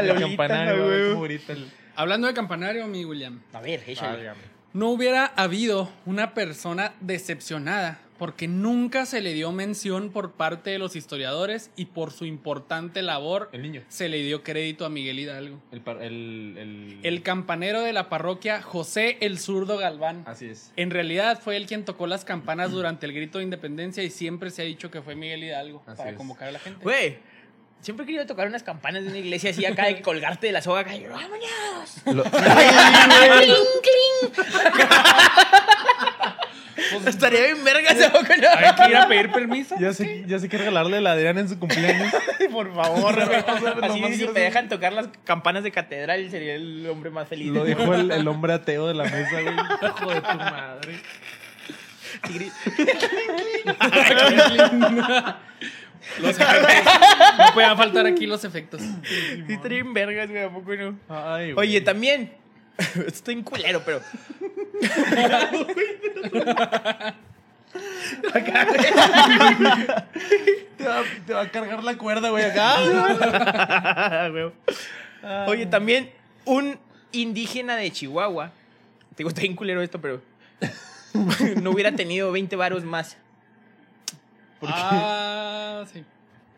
Speaker 3: el
Speaker 4: Lolita,
Speaker 3: campanario,
Speaker 4: güey.
Speaker 3: güey. cómo grita el-
Speaker 2: Hablando de campanario, mi William.
Speaker 1: A ver, échale.
Speaker 2: No hubiera habido una persona decepcionada porque nunca se le dio mención por parte de los historiadores y por su importante labor
Speaker 3: El niño.
Speaker 2: se le dio crédito a Miguel Hidalgo.
Speaker 3: El, par- el, el,
Speaker 2: El campanero de la parroquia José el Zurdo Galván.
Speaker 3: Así es.
Speaker 2: En realidad fue él quien tocó las campanas durante el grito de independencia y siempre se ha dicho que fue Miguel Hidalgo
Speaker 3: Así
Speaker 2: para
Speaker 3: es.
Speaker 2: convocar a la gente.
Speaker 1: Güey, siempre he querido tocar unas campanas de una iglesia así acá, de que colgarte de la soga acá y "Ah, ¡vámonos! ¡Cling, cling! Pues, Estaría bien verga esa boca, ¿no?
Speaker 2: Hay que ir a pedir permiso.
Speaker 3: ya, sé, ya sé que regalarle la Adriana en su cumpleaños.
Speaker 4: Por favor, güey.
Speaker 1: Así si me dejan tocar las campanas de catedral, sería el hombre más feliz.
Speaker 3: Lo dijo el, el hombre ateo de la mesa, güey. Hijo de tu madre.
Speaker 1: Tigre-
Speaker 2: Los efectos. No podían faltar aquí los efectos.
Speaker 1: Sí, estaría bien vergas, güey, ¿a poco no?
Speaker 3: Ay, güey.
Speaker 1: Oye, también. Estoy en culero, pero.
Speaker 3: te va, te va a cargar la cuerda, güey, acá.
Speaker 1: Güey. Oye, también un indígena de Chihuahua. Te digo, está bien culero esto, pero. no hubiera tenido 20 varos más.
Speaker 2: Ah, sí.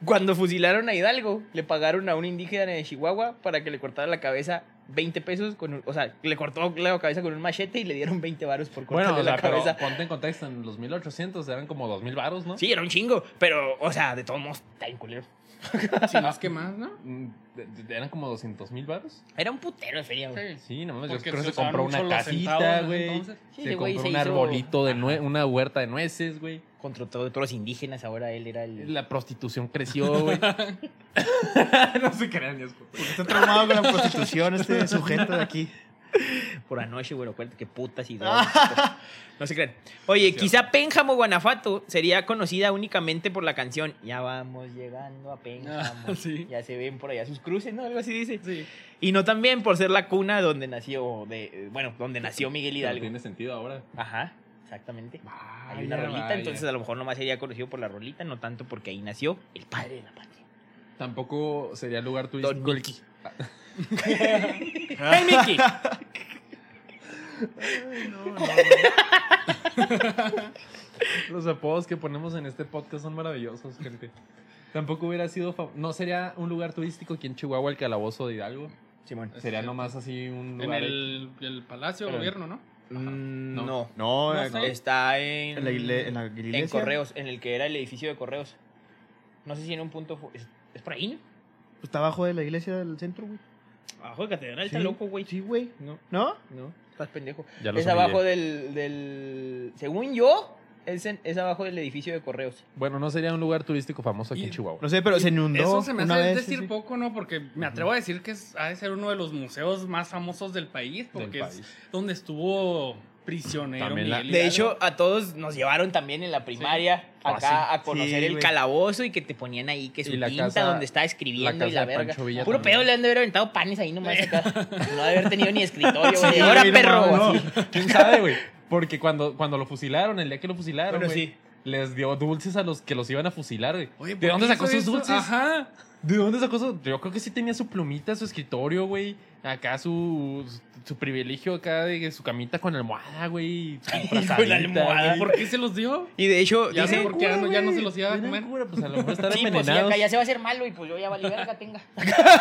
Speaker 1: Cuando fusilaron a Hidalgo, le pagaron a un indígena de Chihuahua para que le cortara la cabeza 20 pesos. Con un- o sea, le cortó la cabeza con un machete y le dieron 20 varos por cortarle
Speaker 3: Bueno, o sea,
Speaker 1: la
Speaker 3: pero
Speaker 1: cabeza.
Speaker 3: ponte en contexto, en los 1800 eran como 2000 varos, ¿no?
Speaker 1: Sí, era un chingo, pero, o sea, de todos modos, está bien culero.
Speaker 2: Si más que más, ¿no?
Speaker 3: Mm, de- de- Eran como 200 mil varos.
Speaker 1: Era un putero de feria, güey.
Speaker 3: Sí, no mames, yo
Speaker 2: Porque
Speaker 3: creo que
Speaker 2: se
Speaker 3: se compró
Speaker 2: usaban mucho
Speaker 3: una
Speaker 2: los
Speaker 3: casita,
Speaker 2: centavos,
Speaker 3: güey.
Speaker 2: entonces.
Speaker 1: Sí,
Speaker 3: se
Speaker 1: ese güey
Speaker 3: compró
Speaker 1: se
Speaker 3: un
Speaker 1: hizo-
Speaker 3: arbolito de nue una huerta de nueces, güey.
Speaker 1: Contra todo- todos los indígenas, ahora él era el...
Speaker 3: La prostitución creció, güey. no se crean, Dios.
Speaker 4: Está traumado con la prostitución este sujeto de aquí.
Speaker 1: Por anoche, güey, acuérdate que putas y drogas. no se crean. Oye, quizá Pénjamo, Guanajuato, sería conocida únicamente por la canción Ya vamos llegando a Pénjamo.
Speaker 2: Ah, sí.
Speaker 1: Ya se ven por allá sus cruces, ¿no? Algo así dice.
Speaker 2: Sí.
Speaker 1: Y no también por ser la cuna donde nació, de, bueno, donde nació Miguel
Speaker 3: Pero
Speaker 1: Hidalgo.
Speaker 3: tiene sentido ahora.
Speaker 1: Ajá, exactamente. Hay
Speaker 3: Vaya,
Speaker 1: una rolita,
Speaker 3: vaya.
Speaker 1: entonces a lo mejor nomás sería conocido por la rolita, no tanto porque ahí nació el padre de la patria.
Speaker 3: Tampoco sería lugar turístico.
Speaker 1: Don Mickey.
Speaker 2: ¡Hey, Mickey!
Speaker 3: Los apodos que ponemos en este podcast son maravillosos, gente. Tampoco hubiera sido. fa- No sería un lugar turístico aquí en Chihuahua, el calabozo de Hidalgo.
Speaker 1: Simón.
Speaker 3: Sería
Speaker 2: cierto.
Speaker 3: nomás así un
Speaker 2: En
Speaker 3: lugar.
Speaker 2: el, el Palacio de
Speaker 3: Pero-
Speaker 2: Gobierno, ¿no?
Speaker 1: Mm,
Speaker 3: No.
Speaker 1: no.
Speaker 4: No,
Speaker 2: No
Speaker 4: eh,
Speaker 2: sé.
Speaker 1: Está en.
Speaker 4: en la igle- en la iglesia.
Speaker 1: En correos, en el que era el edificio de correos. No sé si en un punto. fu- ¿Es, es por ahí, no?
Speaker 4: Pues Está abajo de la iglesia del centro, güey.
Speaker 1: Abajo de catedral,
Speaker 4: está loco,
Speaker 1: güey.
Speaker 4: Sí, güey.
Speaker 1: No,
Speaker 4: ¿No?
Speaker 1: no, estás pendejo.
Speaker 3: Ya los
Speaker 1: Es
Speaker 3: humillé.
Speaker 1: abajo del, del. Según yo, es, en- es abajo del edificio de correos.
Speaker 3: Bueno, no sería un lugar turístico famoso aquí
Speaker 2: Y-
Speaker 3: en Chihuahua.
Speaker 4: No sé, pero se inundó.
Speaker 2: Eso se me hace
Speaker 4: una vez,
Speaker 2: decir
Speaker 4: sí, sí.
Speaker 2: poco, ¿no? Porque me atrevo a decir que es- ha de ser uno de los museos más famosos del país,
Speaker 3: del
Speaker 2: porque es
Speaker 3: país.
Speaker 2: donde estuvo prisionero
Speaker 3: También la-
Speaker 2: Miguel
Speaker 1: De
Speaker 2: Hidalgo.
Speaker 1: hecho, a todos nos llevaron también en la primaria
Speaker 3: Fácil.
Speaker 1: acá a conocer
Speaker 4: Sí,
Speaker 1: el
Speaker 4: güey.
Speaker 1: calabozo y que te ponían ahí que su
Speaker 3: Y la
Speaker 1: tinta
Speaker 3: casa-
Speaker 1: donde estaba escribiendo
Speaker 3: la
Speaker 1: y la
Speaker 3: casa de
Speaker 1: verga.
Speaker 3: Pancho Villa
Speaker 1: Puro
Speaker 3: también.
Speaker 1: pedo le han de haber aventado panes ahí nomás acá. No de haber tenido ni escritorio, güey.
Speaker 4: Sí,
Speaker 1: Ahora,
Speaker 4: güey, no
Speaker 1: perro.
Speaker 4: mames, no.
Speaker 1: así.
Speaker 3: ¿Quién sabe, güey? Porque cuando, cuando lo fusilaron, el día que lo fusilaron,
Speaker 1: Bueno,
Speaker 3: güey,
Speaker 1: sí.
Speaker 3: les dio dulces a los que los iban a fusilar, güey.
Speaker 2: Oye, ¿por
Speaker 3: ¿De dónde
Speaker 2: qué
Speaker 3: sacó
Speaker 2: hizo
Speaker 3: sus
Speaker 2: eso?
Speaker 3: dulces?
Speaker 2: Ajá.
Speaker 3: ¿De dónde sacó su.? Yo creo que sí tenía su plumita, su escritorio, güey. Acá su, su privilegio, acá de su camita con almohada, güey. su
Speaker 1: Con la
Speaker 3: frazadita,
Speaker 1: almohada.
Speaker 3: güey.
Speaker 2: ¿Por qué se los dio?
Speaker 1: Y de hecho,
Speaker 2: Ya sé
Speaker 1: dicen-
Speaker 2: por qué ya no, ya no se los iba a
Speaker 3: Era
Speaker 2: comer.
Speaker 3: cura, Pues a lo mejor estar
Speaker 1: Sí, pues sí,
Speaker 3: envenenados.
Speaker 1: acá ya se va a hacer malo y pues yo ya valí verga, tenga.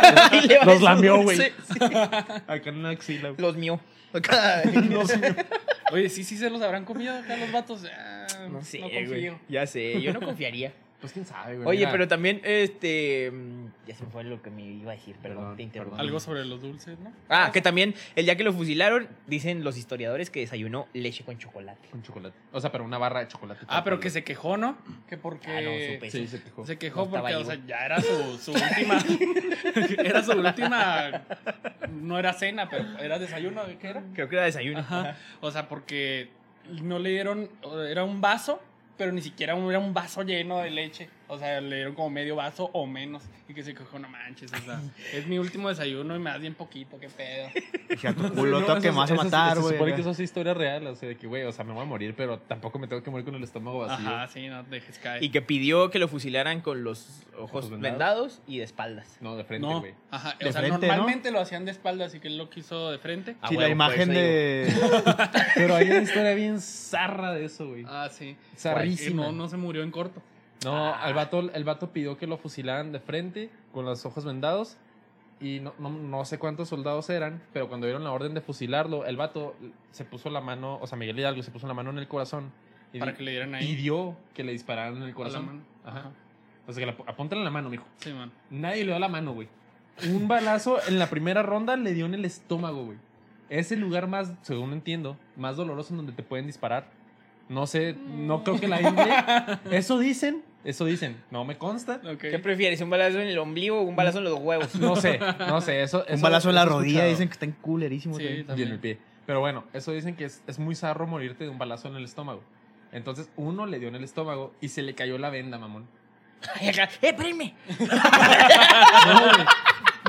Speaker 3: Los lamió, güey. Acá en la axila, güey.
Speaker 1: Los mío. Acá-
Speaker 2: Oye, sí, sí se los habrán comido acá los vatos. Ah,
Speaker 1: No sé,
Speaker 2: confío.
Speaker 1: güey. Ya sé, yo no confiaría.
Speaker 3: Pues quién sabe, güey.
Speaker 1: Oye,
Speaker 3: mira.
Speaker 1: pero también, este. mm, Ya se me fue lo que me iba a decir, perdón,
Speaker 3: Perdón,
Speaker 1: te interrumpí.
Speaker 3: perdón.
Speaker 2: Algo sobre los dulces, ¿no?
Speaker 1: Ah, que también, el día que lo fusilaron, dicen los historiadores que desayunó leche con chocolate.
Speaker 3: Con chocolate. O sea, pero una barra de chocolate.
Speaker 2: Ah, pero
Speaker 3: tal
Speaker 2: que
Speaker 3: cual,
Speaker 2: se quejó, ¿no? Que porque.
Speaker 1: Ah, no, supe.
Speaker 3: güey. Eh, Sí, se quejó.
Speaker 2: Se quejó
Speaker 1: No estaba
Speaker 2: porque,
Speaker 1: ahí,
Speaker 2: o sea,
Speaker 1: güey.
Speaker 2: ya era su, su última. era su última. No era cena, pero era desayuno, ¿qué era?
Speaker 1: Creo que era desayuno.
Speaker 2: Ajá. O sea, porque no le dieron. Era un vaso, pero ni siquiera un- era un vaso lleno de leche. O sea, le dieron como medio vaso o menos. Y que se quejó, no manches, o sea, es mi último desayuno y me das bien poquito, qué pedo.
Speaker 4: Dije, a tu
Speaker 3: Sí,
Speaker 4: culo,
Speaker 3: no,
Speaker 4: toca que
Speaker 3: eso-
Speaker 4: me vas a
Speaker 3: eso-
Speaker 4: matar,
Speaker 3: Se
Speaker 4: güey.
Speaker 3: supone que eso es historia real, o sea, de que, güey, o sea, me voy a morir, pero tampoco me tengo que morir con el estómago vacío.
Speaker 2: Ajá, sí, no te dejes caer.
Speaker 1: Pues Y que pidió que lo fusilaran con los ojos
Speaker 3: Ojos vendados.
Speaker 1: vendados y de espaldas.
Speaker 3: No, de frente,
Speaker 2: no,
Speaker 3: güey.
Speaker 2: ajá,
Speaker 4: De
Speaker 2: o sea,
Speaker 4: frente, ¿no?
Speaker 2: normalmente lo hacían de espalda, así que él lo quiso de frente.
Speaker 1: Ah,
Speaker 4: Sí,
Speaker 1: huevo,
Speaker 4: la
Speaker 1: por
Speaker 4: imagen
Speaker 1: eso digo.
Speaker 4: de.
Speaker 3: Pero hay una historia bien zarra de eso, güey.
Speaker 2: Ah, sí. Y
Speaker 3: Zarrísima.
Speaker 2: no, no se murió en corto.
Speaker 3: No,
Speaker 2: Ah.
Speaker 3: al vato, el vato pidió que lo fusilaran de frente, con los ojos vendados. Y no, no, no sé cuántos soldados eran, pero cuando dieron la orden de fusilarlo, el vato se puso la mano, o sea, Miguel Hidalgo se puso la mano en el corazón. Y,
Speaker 2: Para
Speaker 3: di-
Speaker 2: que le dieran ahí.
Speaker 3: y dio que le dispararan en el
Speaker 2: a la
Speaker 3: corazón.
Speaker 2: mano.
Speaker 3: Ajá. O sea, que la, apóntale en la mano, mijo.
Speaker 2: Sí, man.
Speaker 3: Nadie le da la mano, güey. Un balazo en la primera ronda le dio en el estómago, güey. Es el lugar más, según entiendo, más doloroso en donde te pueden disparar. No sé, no creo que la
Speaker 4: Mm.
Speaker 3: India. Eso dicen, eso dicen. No me consta.
Speaker 2: Ok.
Speaker 1: ¿Qué prefieres? ¿Un balazo en el ombligo o un balazo en los huevos?
Speaker 3: No sé, no sé. Eso,
Speaker 4: Un
Speaker 3: eso-
Speaker 4: balazo en la
Speaker 3: eso he
Speaker 4: rodilla,
Speaker 3: escuchado.
Speaker 4: dicen que están culerísimos.
Speaker 2: Sí,
Speaker 4: güey.
Speaker 3: Y
Speaker 2: también.
Speaker 3: en el pie. Pero bueno, eso dicen que es, es muy zarro morirte de un balazo en el estómago. Entonces, uno le dio en el estómago y se le cayó la venda, mamón.
Speaker 1: Ay, acá, ¡Eh, espérenme!
Speaker 3: No, güey.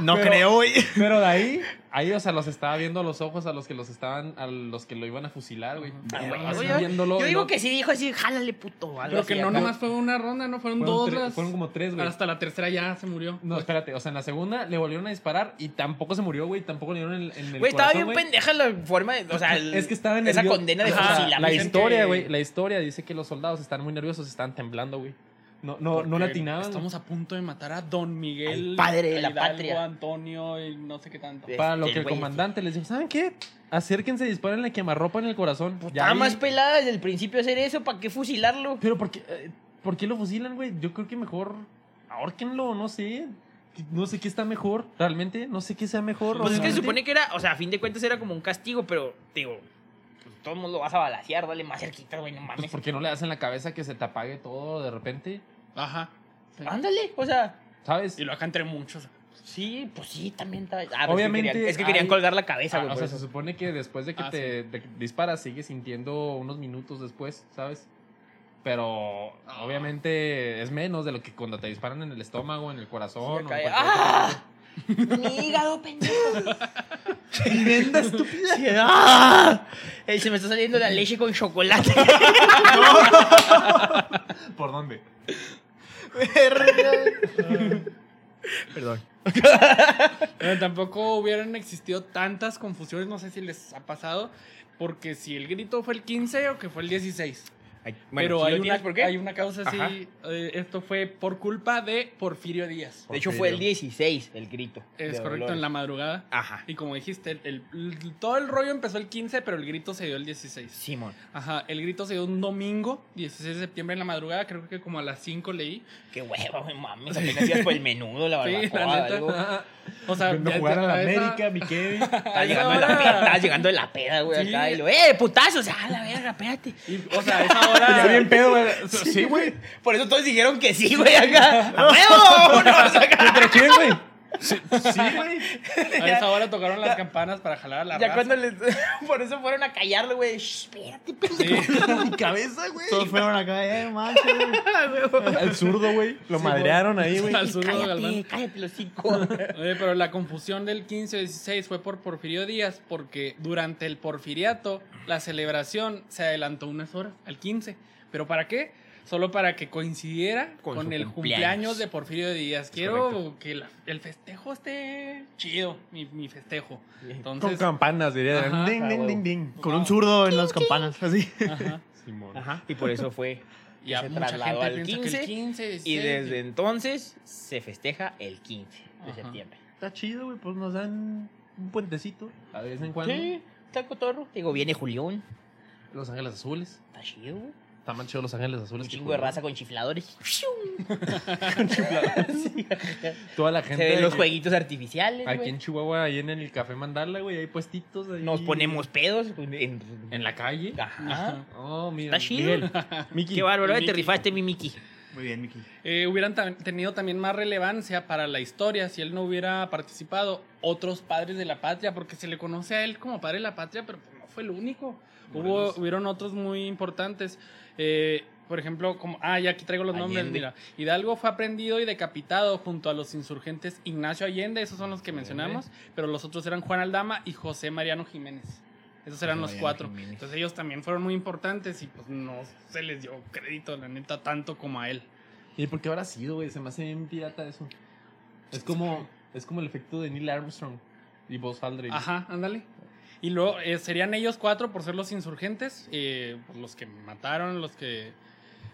Speaker 4: No
Speaker 3: Pero-
Speaker 4: creo, güey.
Speaker 3: Pero de ahí, ahí, o sea, los estaba viendo a los ojos a los que los estaban, a los que lo iban a fusilar, güey.
Speaker 1: Ah, güey,
Speaker 3: Así
Speaker 1: yo-
Speaker 3: viéndolo,
Speaker 1: Yo digo
Speaker 3: no-
Speaker 1: que sí dijo así, jálale puto. algo
Speaker 2: Pero que
Speaker 1: así,
Speaker 2: no,
Speaker 1: acá.
Speaker 2: nomás fue una ronda, ¿no? Fueron,
Speaker 3: Fueron,
Speaker 2: dos.
Speaker 3: tres-
Speaker 2: las-
Speaker 3: fueron como tres, güey.
Speaker 2: Hasta la tercera ya se murió.
Speaker 3: No, espérate, o sea, en la segunda le volvieron a disparar y tampoco se murió, güey, tampoco le dieron en, en el
Speaker 1: Güey, estaba
Speaker 3: corazón,
Speaker 1: bien
Speaker 3: güey.
Speaker 1: pendeja la forma de. O sea, el-
Speaker 3: Es que estaba en
Speaker 1: esa condena de
Speaker 2: Ajá,
Speaker 1: fusilamiento.
Speaker 3: La
Speaker 2: Dicen
Speaker 3: historia,
Speaker 2: que-
Speaker 3: güey, la historia dice que los soldados están muy nerviosos, están temblando, güey. No, no,
Speaker 2: Porque
Speaker 3: no latinaban.
Speaker 2: Estamos a punto de matar a Don Miguel.
Speaker 1: Al padre de la
Speaker 2: Hidalgo,
Speaker 1: patria.
Speaker 2: Antonio y no sé qué tanto.
Speaker 1: Sí.
Speaker 3: Para lo
Speaker 1: Este,
Speaker 3: que el
Speaker 1: güey,
Speaker 3: comandante les dijo, ¿saben qué? Acérquense y dispárenle quemarropa en el corazón.
Speaker 1: Pues
Speaker 3: Ya
Speaker 1: estaba
Speaker 3: ahí-
Speaker 1: más pelada desde el principio hacer eso, ¿para qué fusilarlo?
Speaker 3: Pero ¿por qué, eh, ¿por qué lo fusilan, güey? Yo creo que mejor ahorquenlo, no sé. No sé qué está mejor, realmente. No sé qué sea mejor.
Speaker 1: Pues es que se
Speaker 3: realmente.
Speaker 1: supone que era, o sea, a fin de cuentas era como un castigo, pero, digo, pues todo el mundo lo vas a balasear, dale más cerquita, güey, no
Speaker 3: Pues
Speaker 1: mames.
Speaker 3: porque no le hacen la cabeza que se te apague todo de repente,
Speaker 2: Ajá. Sí.
Speaker 3: Ah.
Speaker 1: Ándale, o sea,
Speaker 3: ¿sabes?
Speaker 2: Y lo acá entre muchos.
Speaker 1: sí, pues sí, también está. Ah, pero
Speaker 3: Obviamente
Speaker 1: Es que querían, es que pues. querían
Speaker 3: hay-
Speaker 1: colgar la cabeza,
Speaker 3: Ah,
Speaker 1: güey.
Speaker 3: o
Speaker 1: por
Speaker 3: sea, se
Speaker 1: eso.
Speaker 3: supone que después de que
Speaker 2: Ah,
Speaker 3: te de que disparas sigues sintiendo unos minutos después, ¿sabes? Pero
Speaker 2: Ah.
Speaker 3: obviamente es menos de lo que cuando te disparan en el estómago, en el corazón.
Speaker 1: Sí,
Speaker 3: o
Speaker 1: acá,
Speaker 3: en cualquier
Speaker 1: ¡Ah! Mi hígado, pendejo.
Speaker 4: Venda estúpida.
Speaker 1: Sí, ¡ah! Eh, se me está saliendo la leche con chocolate.
Speaker 3: otro- ¿Por dónde?
Speaker 1: Perdón.
Speaker 2: Pero tampoco hubieran existido tantas confusiones. No sé si les ha pasado. Porque si el grito fue el 15 o que fue el 16. pero hay una,
Speaker 1: por qué?
Speaker 2: hay una causa
Speaker 1: Ajá.
Speaker 2: así. eh, esto fue por culpa de Porfirio Díaz.
Speaker 1: De hecho, fue el
Speaker 3: Porfirio.
Speaker 1: 16 el grito.
Speaker 2: Es
Speaker 1: de
Speaker 2: correcto,
Speaker 1: dolor.
Speaker 2: en la madrugada.
Speaker 1: Ajá.
Speaker 2: Y como dijiste, el, el- todo el rollo empezó el 15, pero el grito se dio el 16.
Speaker 1: Simón.
Speaker 2: Ajá, el grito se dio un domingo, 16 de septiembre en la madrugada, creo que como a las 5 leí.
Speaker 1: Qué hueva, güey, mames. Apenas ibas por el menudo, la
Speaker 2: Sí, la
Speaker 1: barbacoa,
Speaker 2: neta.
Speaker 1: algo.
Speaker 2: O sea,
Speaker 3: Viendo
Speaker 2: ya-
Speaker 3: jugar a la
Speaker 2: a esa-
Speaker 3: América, mi Kevin.
Speaker 2: a
Speaker 1: Estaba
Speaker 2: esa
Speaker 1: llegando, de la
Speaker 2: hora-
Speaker 1: peda, estaba llegando de la peda, güey,
Speaker 2: Sí.
Speaker 1: acá. Y lo, ¡eh, putazo! O sea, a la verga, espérate.
Speaker 2: y- o sea, a esa hora...
Speaker 3: pedo, güey. Sí, güey.
Speaker 1: Por eso todos dijeron que sí, güey, acá. ¡A huevo! vámonos acá!
Speaker 3: ¿Pero quién, güey? Sí, güey.
Speaker 2: A esa hora tocaron las campanas para jalar a la
Speaker 1: Ya
Speaker 2: raza.
Speaker 1: cuando les... Por eso fueron a callarlo, güey. "Shh, Espérate, pendejo.
Speaker 2: Sí.
Speaker 3: Mi cabeza, güey.
Speaker 4: Todos fueron acá, eh, macho. güey.
Speaker 3: Al zurdo, güey. Lo madrearon ahí, güey.
Speaker 2: Al zurdo
Speaker 1: Cállate,
Speaker 2: Galván.
Speaker 1: cállate los cinco.
Speaker 2: Oye, pero la confusión del 15-16 fue por Porfirio Díaz, porque durante el porfiriato la celebración se adelantó unas horas, al 15. ¿Pero para qué? Solo para que coincidiera
Speaker 1: Con
Speaker 2: con,
Speaker 1: su
Speaker 2: el
Speaker 1: cumpleaños.
Speaker 2: cumpleaños. de Porfirio Díaz. Quiero que la- el festejo esté chido, mi, mi festejo.
Speaker 3: Con
Speaker 2: Entonces,
Speaker 3: campanas, diría.
Speaker 2: Ajá.
Speaker 3: ding, ding, ding, ding.
Speaker 4: Con un zurdo en las campanas, así.
Speaker 2: ajá,
Speaker 3: Simón.
Speaker 1: Ajá. Y por eso fue...
Speaker 2: ya
Speaker 1: se
Speaker 2: mucha
Speaker 1: trasladó
Speaker 2: gente
Speaker 1: al
Speaker 2: piensa
Speaker 1: 15,
Speaker 2: que el 15 16,
Speaker 1: Y desde entonces se festeja el 15 de
Speaker 2: Ajá.
Speaker 1: septiembre.
Speaker 3: Está chido, güey. Pues nos dan un puentecito. A de vez en cuando.
Speaker 1: Sí, está cotorro. Digo, viene Julián.
Speaker 3: Los Ángeles Azules.
Speaker 1: Está chido, güey.
Speaker 3: Está más chido Los Ángeles Azules.
Speaker 1: Un
Speaker 3: que
Speaker 1: chingo de
Speaker 3: Cuba.
Speaker 1: raza con chifladores.
Speaker 3: Toda la
Speaker 1: Se
Speaker 3: gente.
Speaker 1: ven los
Speaker 3: aquí-
Speaker 1: jueguitos artificiales.
Speaker 3: Aquí
Speaker 1: güey.
Speaker 3: en Chihuahua, ahí en el Café Mandala, güey, hay puestitos. ahí.
Speaker 1: Nos ponemos pedos. pues, en-
Speaker 3: En la calle.
Speaker 1: Ajá.
Speaker 3: Oh, mira.
Speaker 1: Está chido.
Speaker 3: Miguel, Miki.
Speaker 1: Qué bárbaro,
Speaker 2: el
Speaker 1: eh, te
Speaker 2: Mickey.
Speaker 1: rifaste, mi Mickey.
Speaker 4: Muy bien, Miki.
Speaker 2: Eh, hubieran tam- tenido también más relevancia para la historia si él no hubiera participado otros padres de la patria, porque se le conoce a él como padre de la patria, pero pues, no fue el único. Hubo, hubieron otros muy importantes. Eh, por ejemplo, como, ah, ya aquí traigo los nombres,
Speaker 1: Allende.
Speaker 2: mira. Hidalgo fue aprendido y decapitado junto a los insurgentes Ignacio Allende, esos son los que mencionamos, pero los otros eran Juan Aldama y José Mariano Jiménez. Esos eran los
Speaker 1: Mariano
Speaker 2: cuatro.
Speaker 1: Jiménez.
Speaker 2: Entonces ellos también fueron muy importantes y pues no se les dio crédito, la neta, tanto como a él.
Speaker 3: ¿Y por qué habrá sido, güey? Se me hace bien pirata eso. Es como, es como el efecto de Neil Armstrong y Buzz Aldrin.
Speaker 2: Ajá, ándale. Y luego eh, serían ellos cuatro por ser los insurgentes, eh, por los que mataron, los que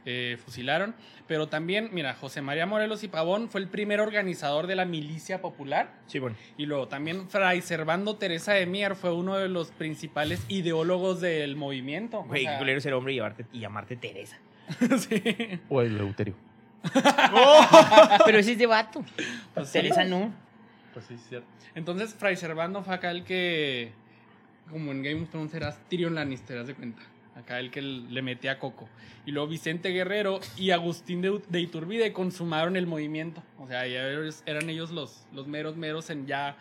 Speaker 2: eh, fusilaron. Pero también, mira, José María Morelos y Pavón fue el primer organizador de la milicia popular.
Speaker 1: Sí, bueno.
Speaker 2: Y luego también Fray Servando Teresa de Mier fue uno de los principales ideólogos del movimiento. O
Speaker 1: Güey,
Speaker 2: sea,
Speaker 1: qué culero ser hombre y, llevarte, y llamarte Teresa.
Speaker 2: sí.
Speaker 3: O el Euterio.
Speaker 1: Pero ese es de vato.
Speaker 2: Pues sí.
Speaker 1: Teresa no.
Speaker 3: Pues sí, es cierto.
Speaker 2: Entonces, Fray Servando fue acá el que, como en Game of Thrones, era Tyrion Lannister, haz de cuenta. Acá el que le metía coco. Y luego Vicente Guerrero y Agustín de, de Iturbide consumaron el movimiento. O sea, ya ellos- eran ellos los, los meros, meros en ya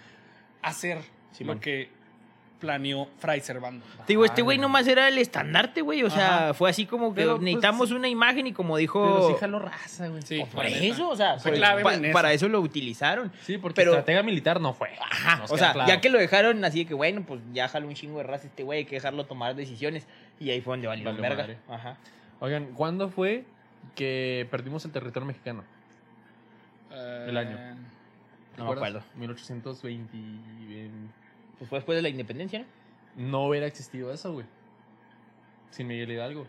Speaker 2: hacer lo
Speaker 1: Simón.
Speaker 2: que planeó Fray Servando.
Speaker 1: Te digo, este
Speaker 3: Vale.
Speaker 1: güey nomás era el estandarte, güey. O sea,
Speaker 2: Ajá.
Speaker 1: fue así como que
Speaker 3: Pero, pues,
Speaker 1: necesitamos una imagen y como dijo.
Speaker 3: Pero sí jaló raza, güey.
Speaker 2: Sí,
Speaker 1: Por
Speaker 2: la neta.
Speaker 1: eso, o sea,
Speaker 2: Fue
Speaker 1: por-
Speaker 2: clave
Speaker 1: pa-
Speaker 2: en eso.
Speaker 1: para eso lo utilizaron.
Speaker 3: Sí, porque
Speaker 1: Pero-
Speaker 3: estratega militar no fue.
Speaker 1: Ajá,
Speaker 3: Nos
Speaker 1: o
Speaker 3: queda
Speaker 1: sea,
Speaker 3: claro.
Speaker 1: ya que lo dejaron así de que, bueno, pues ya jaló un chingo de raza este güey, hay que dejarlo tomar decisiones. Y ahí fue donde valió
Speaker 3: Valió
Speaker 1: verga.
Speaker 3: madre.
Speaker 1: Ajá.
Speaker 3: Oigan, ¿cuándo fue que perdimos el territorio mexicano?
Speaker 2: Eh,
Speaker 3: El año.
Speaker 1: No me acuerdo.
Speaker 3: ¿Recuerdas? 1820. y-
Speaker 1: Pues fue después de la independencia, ¿no?
Speaker 3: No hubiera existido eso, güey. Sin Miguel Hidalgo.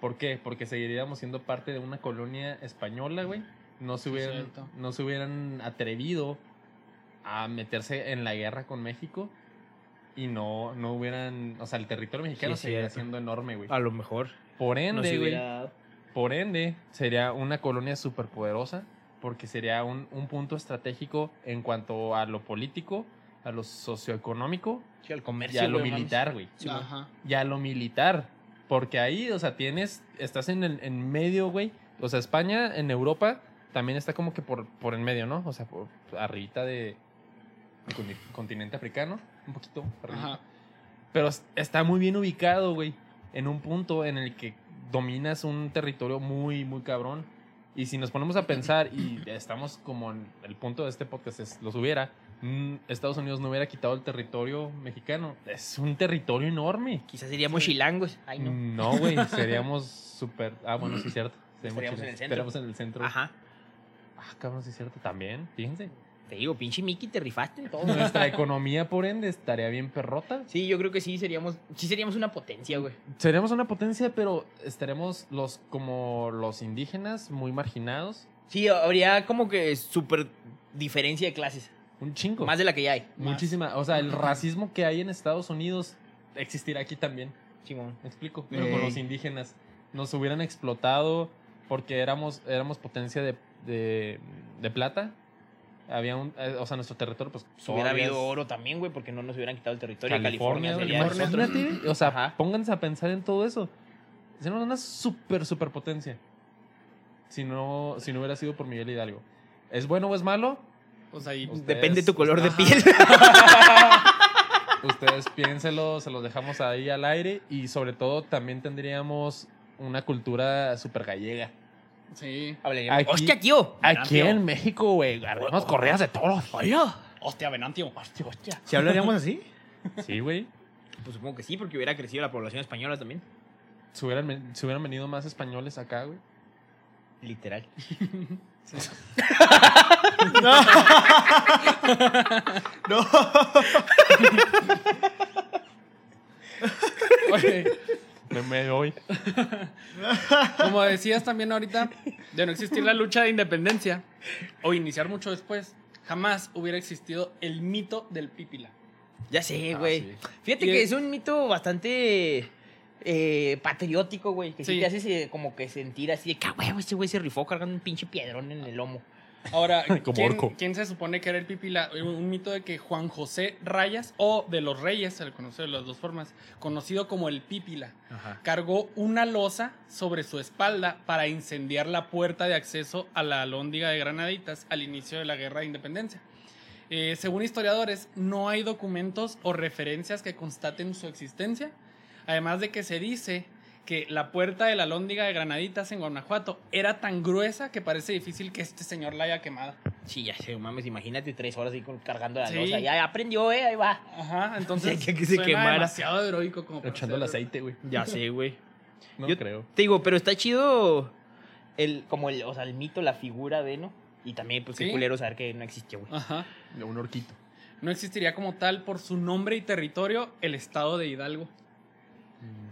Speaker 3: ¿Por qué? Porque seguiríamos siendo parte de una colonia española, güey. No se
Speaker 2: Sí,
Speaker 3: hubieran,
Speaker 2: cierto.
Speaker 3: no se hubieran atrevido a meterse en la guerra con México y no, no hubieran. O sea, el territorio mexicano
Speaker 1: Sí,
Speaker 3: seguiría
Speaker 1: cierto.
Speaker 3: siendo enorme, güey.
Speaker 1: lo mejor.
Speaker 3: Por
Speaker 1: No
Speaker 3: ende,
Speaker 1: se
Speaker 3: güey.
Speaker 1: hubiera dado.
Speaker 3: Por ende, sería una colonia superpoderosa porque sería un, un punto estratégico en cuanto a lo político, a lo socioeconómico
Speaker 1: Sí, al
Speaker 3: y
Speaker 1: comercio.
Speaker 3: a lo
Speaker 1: güey, mames.
Speaker 3: militar, güey.
Speaker 2: Ajá.
Speaker 3: Y a lo militar. Porque ahí, o sea, tienes, estás en, el, en medio, güey. O sea, España en Europa también está como que por, por en medio, ¿no? O sea, por arribita de del conti- continente africano, un poquito arribita.
Speaker 2: Ajá.
Speaker 3: Pero es- está muy bien ubicado, güey. En un punto en el que dominas un territorio muy, muy cabrón. Y si nos ponemos a pensar, y estamos como en el punto de este podcast, es, los hubiera, mm, Estados Unidos no hubiera quitado el territorio mexicano. Es un territorio enorme.
Speaker 1: Quizás seríamos chilangos. Ay, no.
Speaker 3: Mm, No, güey, seríamos súper... Ah, bueno, sí es cierto.
Speaker 1: Estaríamos en el centro.
Speaker 3: Estaríamos en el centro.
Speaker 1: Ajá.
Speaker 3: Ah, cabrón, sí es cierto. También, fíjense.
Speaker 1: Te digo, pinche Mickey, te rifaste en todo.
Speaker 3: Nuestra economía, por ende, estaría bien perrota.
Speaker 1: Sí, yo creo que sí seríamos, sí seríamos una potencia, güey.
Speaker 3: Seríamos una potencia, pero estaremos los como los indígenas muy marginados.
Speaker 1: Sí, habría como que súper diferencia de clases.
Speaker 3: Un chingo.
Speaker 1: Más de la que ya hay.
Speaker 3: Muchísima. O sea, el racismo que hay en Estados Unidos existirá aquí también.
Speaker 1: Simón.
Speaker 3: Me explico. Pero con
Speaker 4: Ey.
Speaker 3: los indígenas. Nos hubieran explotado porque éramos, éramos potencia de, de, de plata. Había un, eh, o sea, nuestro territorio, pues.
Speaker 1: Si hubiera
Speaker 3: todavía
Speaker 1: habido
Speaker 3: es-
Speaker 1: oro también, güey, porque no nos hubieran quitado el territorio de
Speaker 3: California,
Speaker 1: California.
Speaker 3: güey.
Speaker 1: sería de
Speaker 2: California.
Speaker 1: nosotros.
Speaker 3: Imagínate, o sea,
Speaker 1: Ajá.
Speaker 3: pónganse a pensar en todo eso. Sería una super, super potencia. Si no, si no hubiera sido por Miguel Hidalgo. ¿Es bueno o es malo?
Speaker 2: Pues ahí.
Speaker 3: Ustedes-
Speaker 1: Depende tu color de
Speaker 2: Ajá.
Speaker 1: piel.
Speaker 3: Ustedes piénselo, se los dejamos ahí al aire. Y sobre todo, también tendríamos una cultura super gallega.
Speaker 2: Sí.
Speaker 1: Hablaríamos,
Speaker 3: Aquí-
Speaker 1: Hostia, tío.
Speaker 3: Aquí en México, güey, agarramos correas de toros.
Speaker 2: Hostia, Venantio. Hostia, hostia.
Speaker 4: ¿Si hablaríamos así?
Speaker 3: Sí, güey.
Speaker 1: Pues supongo que sí, porque hubiera crecido la población española también.
Speaker 3: Se hubieran, ven- se hubieran venido más españoles acá, güey.
Speaker 1: Literal.
Speaker 4: No.
Speaker 2: Oye.
Speaker 3: Me, me doy.
Speaker 2: Como decías también ahorita, de no existir la lucha de independencia o iniciar mucho después, jamás hubiera existido el mito del pípila.
Speaker 1: Ya sé,
Speaker 3: Ah,
Speaker 1: güey.
Speaker 3: sí.
Speaker 1: Fíjate
Speaker 2: Y
Speaker 1: que
Speaker 2: el-
Speaker 1: es un mito bastante eh, patriótico, güey. Que sí,
Speaker 2: Sí.
Speaker 1: te hace eh, como que sentir así de que, "Ah, huevo, este güey se rifó cargando un pinche piedrón en el lomo.
Speaker 2: Ahora,
Speaker 3: Como
Speaker 2: ¿quién,
Speaker 3: orco.
Speaker 2: quién se supone que era el pipila? Un, un mito de que Juan José Rayas, o de los Reyes, se le conoce de las dos formas, conocido como el pipila,
Speaker 3: Ajá.
Speaker 2: cargó una losa sobre su espalda para incendiar la puerta de acceso a la alhóndiga de Granaditas al inicio de la Guerra de Independencia. Eh, según historiadores, no hay documentos o referencias que constaten su existencia, además de que se dice que la puerta de la alhóndiga de Granaditas en Guanajuato era tan gruesa que parece difícil que este señor la haya quemado.
Speaker 1: Sí, ya sé, mames, imagínate tres horas ahí con- cargando la
Speaker 2: Sí.
Speaker 1: losa. Ya ya aprendió, eh, ahí va.
Speaker 2: Ajá, entonces
Speaker 1: Ya que se
Speaker 2: suena
Speaker 1: quemara.
Speaker 2: demasiado heroico como para
Speaker 3: Echando el
Speaker 2: ser-
Speaker 3: aceite, güey.
Speaker 1: Ya sé, güey.
Speaker 3: No
Speaker 1: Yo-
Speaker 3: creo.
Speaker 1: Te digo, pero está chido el, como el, o sea, el mito, la figura de, ¿no? Y también, pues, qué
Speaker 2: Sí.
Speaker 1: culero saber que no existió, güey.
Speaker 2: Ajá.
Speaker 3: De un orquito.
Speaker 2: No existiría como tal por su nombre y territorio el estado de Hidalgo.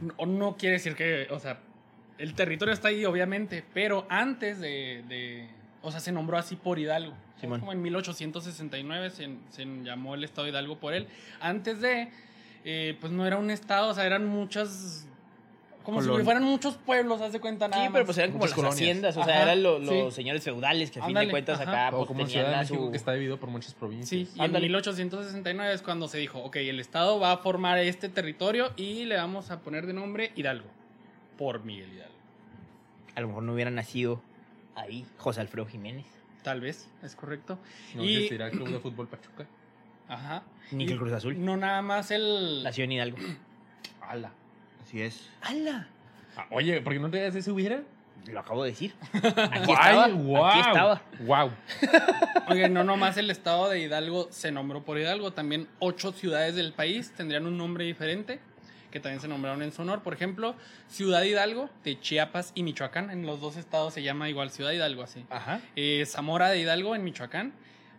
Speaker 3: Mm.
Speaker 2: No, no quiere decir que, o sea, el territorio está ahí, obviamente, pero antes de, de- o sea, se nombró así por Hidalgo.
Speaker 1: Simón.
Speaker 2: Como en 1869 se, se llamó el estado de Hidalgo por él. Antes de, eh, pues no era un estado, o sea, eran muchas, como
Speaker 4: Colon-
Speaker 2: si fueran muchos pueblos, haz de cuenta nada
Speaker 1: Sí, pero
Speaker 2: más.
Speaker 1: pues eran como las
Speaker 3: Muchas colonias.
Speaker 1: haciendas, o sea,
Speaker 2: Ajá,
Speaker 1: eran lo-
Speaker 2: sí.
Speaker 1: los señores feudales que a fin de
Speaker 2: Ándale,
Speaker 1: cuentas
Speaker 2: ajá.
Speaker 1: acá
Speaker 3: O
Speaker 1: pues,
Speaker 3: como
Speaker 1: tenían
Speaker 3: Ciudad de
Speaker 1: a
Speaker 3: México
Speaker 1: su...
Speaker 3: que está dividido por muchas provincias.
Speaker 2: Sí, y en
Speaker 1: Ándale.
Speaker 2: 1869 es cuando se dijo, ok, el Estado va a formar este territorio y le vamos a poner de nombre Hidalgo, por Miguel Hidalgo.
Speaker 1: A lo mejor no hubiera nacido ahí José Alfredo Jiménez.
Speaker 2: Tal vez, es correcto.
Speaker 3: No
Speaker 2: Y-
Speaker 3: existirá el Club de Fútbol Pachuca.
Speaker 2: Ajá.
Speaker 1: Ni
Speaker 2: Y
Speaker 1: que el Cruz Azul.
Speaker 2: No nada más el...
Speaker 1: Nació en Hidalgo.
Speaker 3: Ala.
Speaker 4: Así es.
Speaker 1: ¡Hala!
Speaker 3: Ah, oye, ¿por qué no te digas si hubiera?
Speaker 1: Lo acabo de decir. Aquí
Speaker 3: Guay,
Speaker 1: estaba. Aquí
Speaker 3: guau,
Speaker 1: estaba.
Speaker 3: guau.
Speaker 2: Oigan, no nomás el Estado de Hidalgo se nombró por Hidalgo, también ocho ciudades del país tendrían un nombre diferente, que también se nombraron en su honor. Por ejemplo, Ciudad Hidalgo de Chiapas y Michoacán, en los dos estados se llama igual Ciudad Hidalgo así.
Speaker 3: Ajá.
Speaker 2: eh, Zamora de Hidalgo en Michoacán,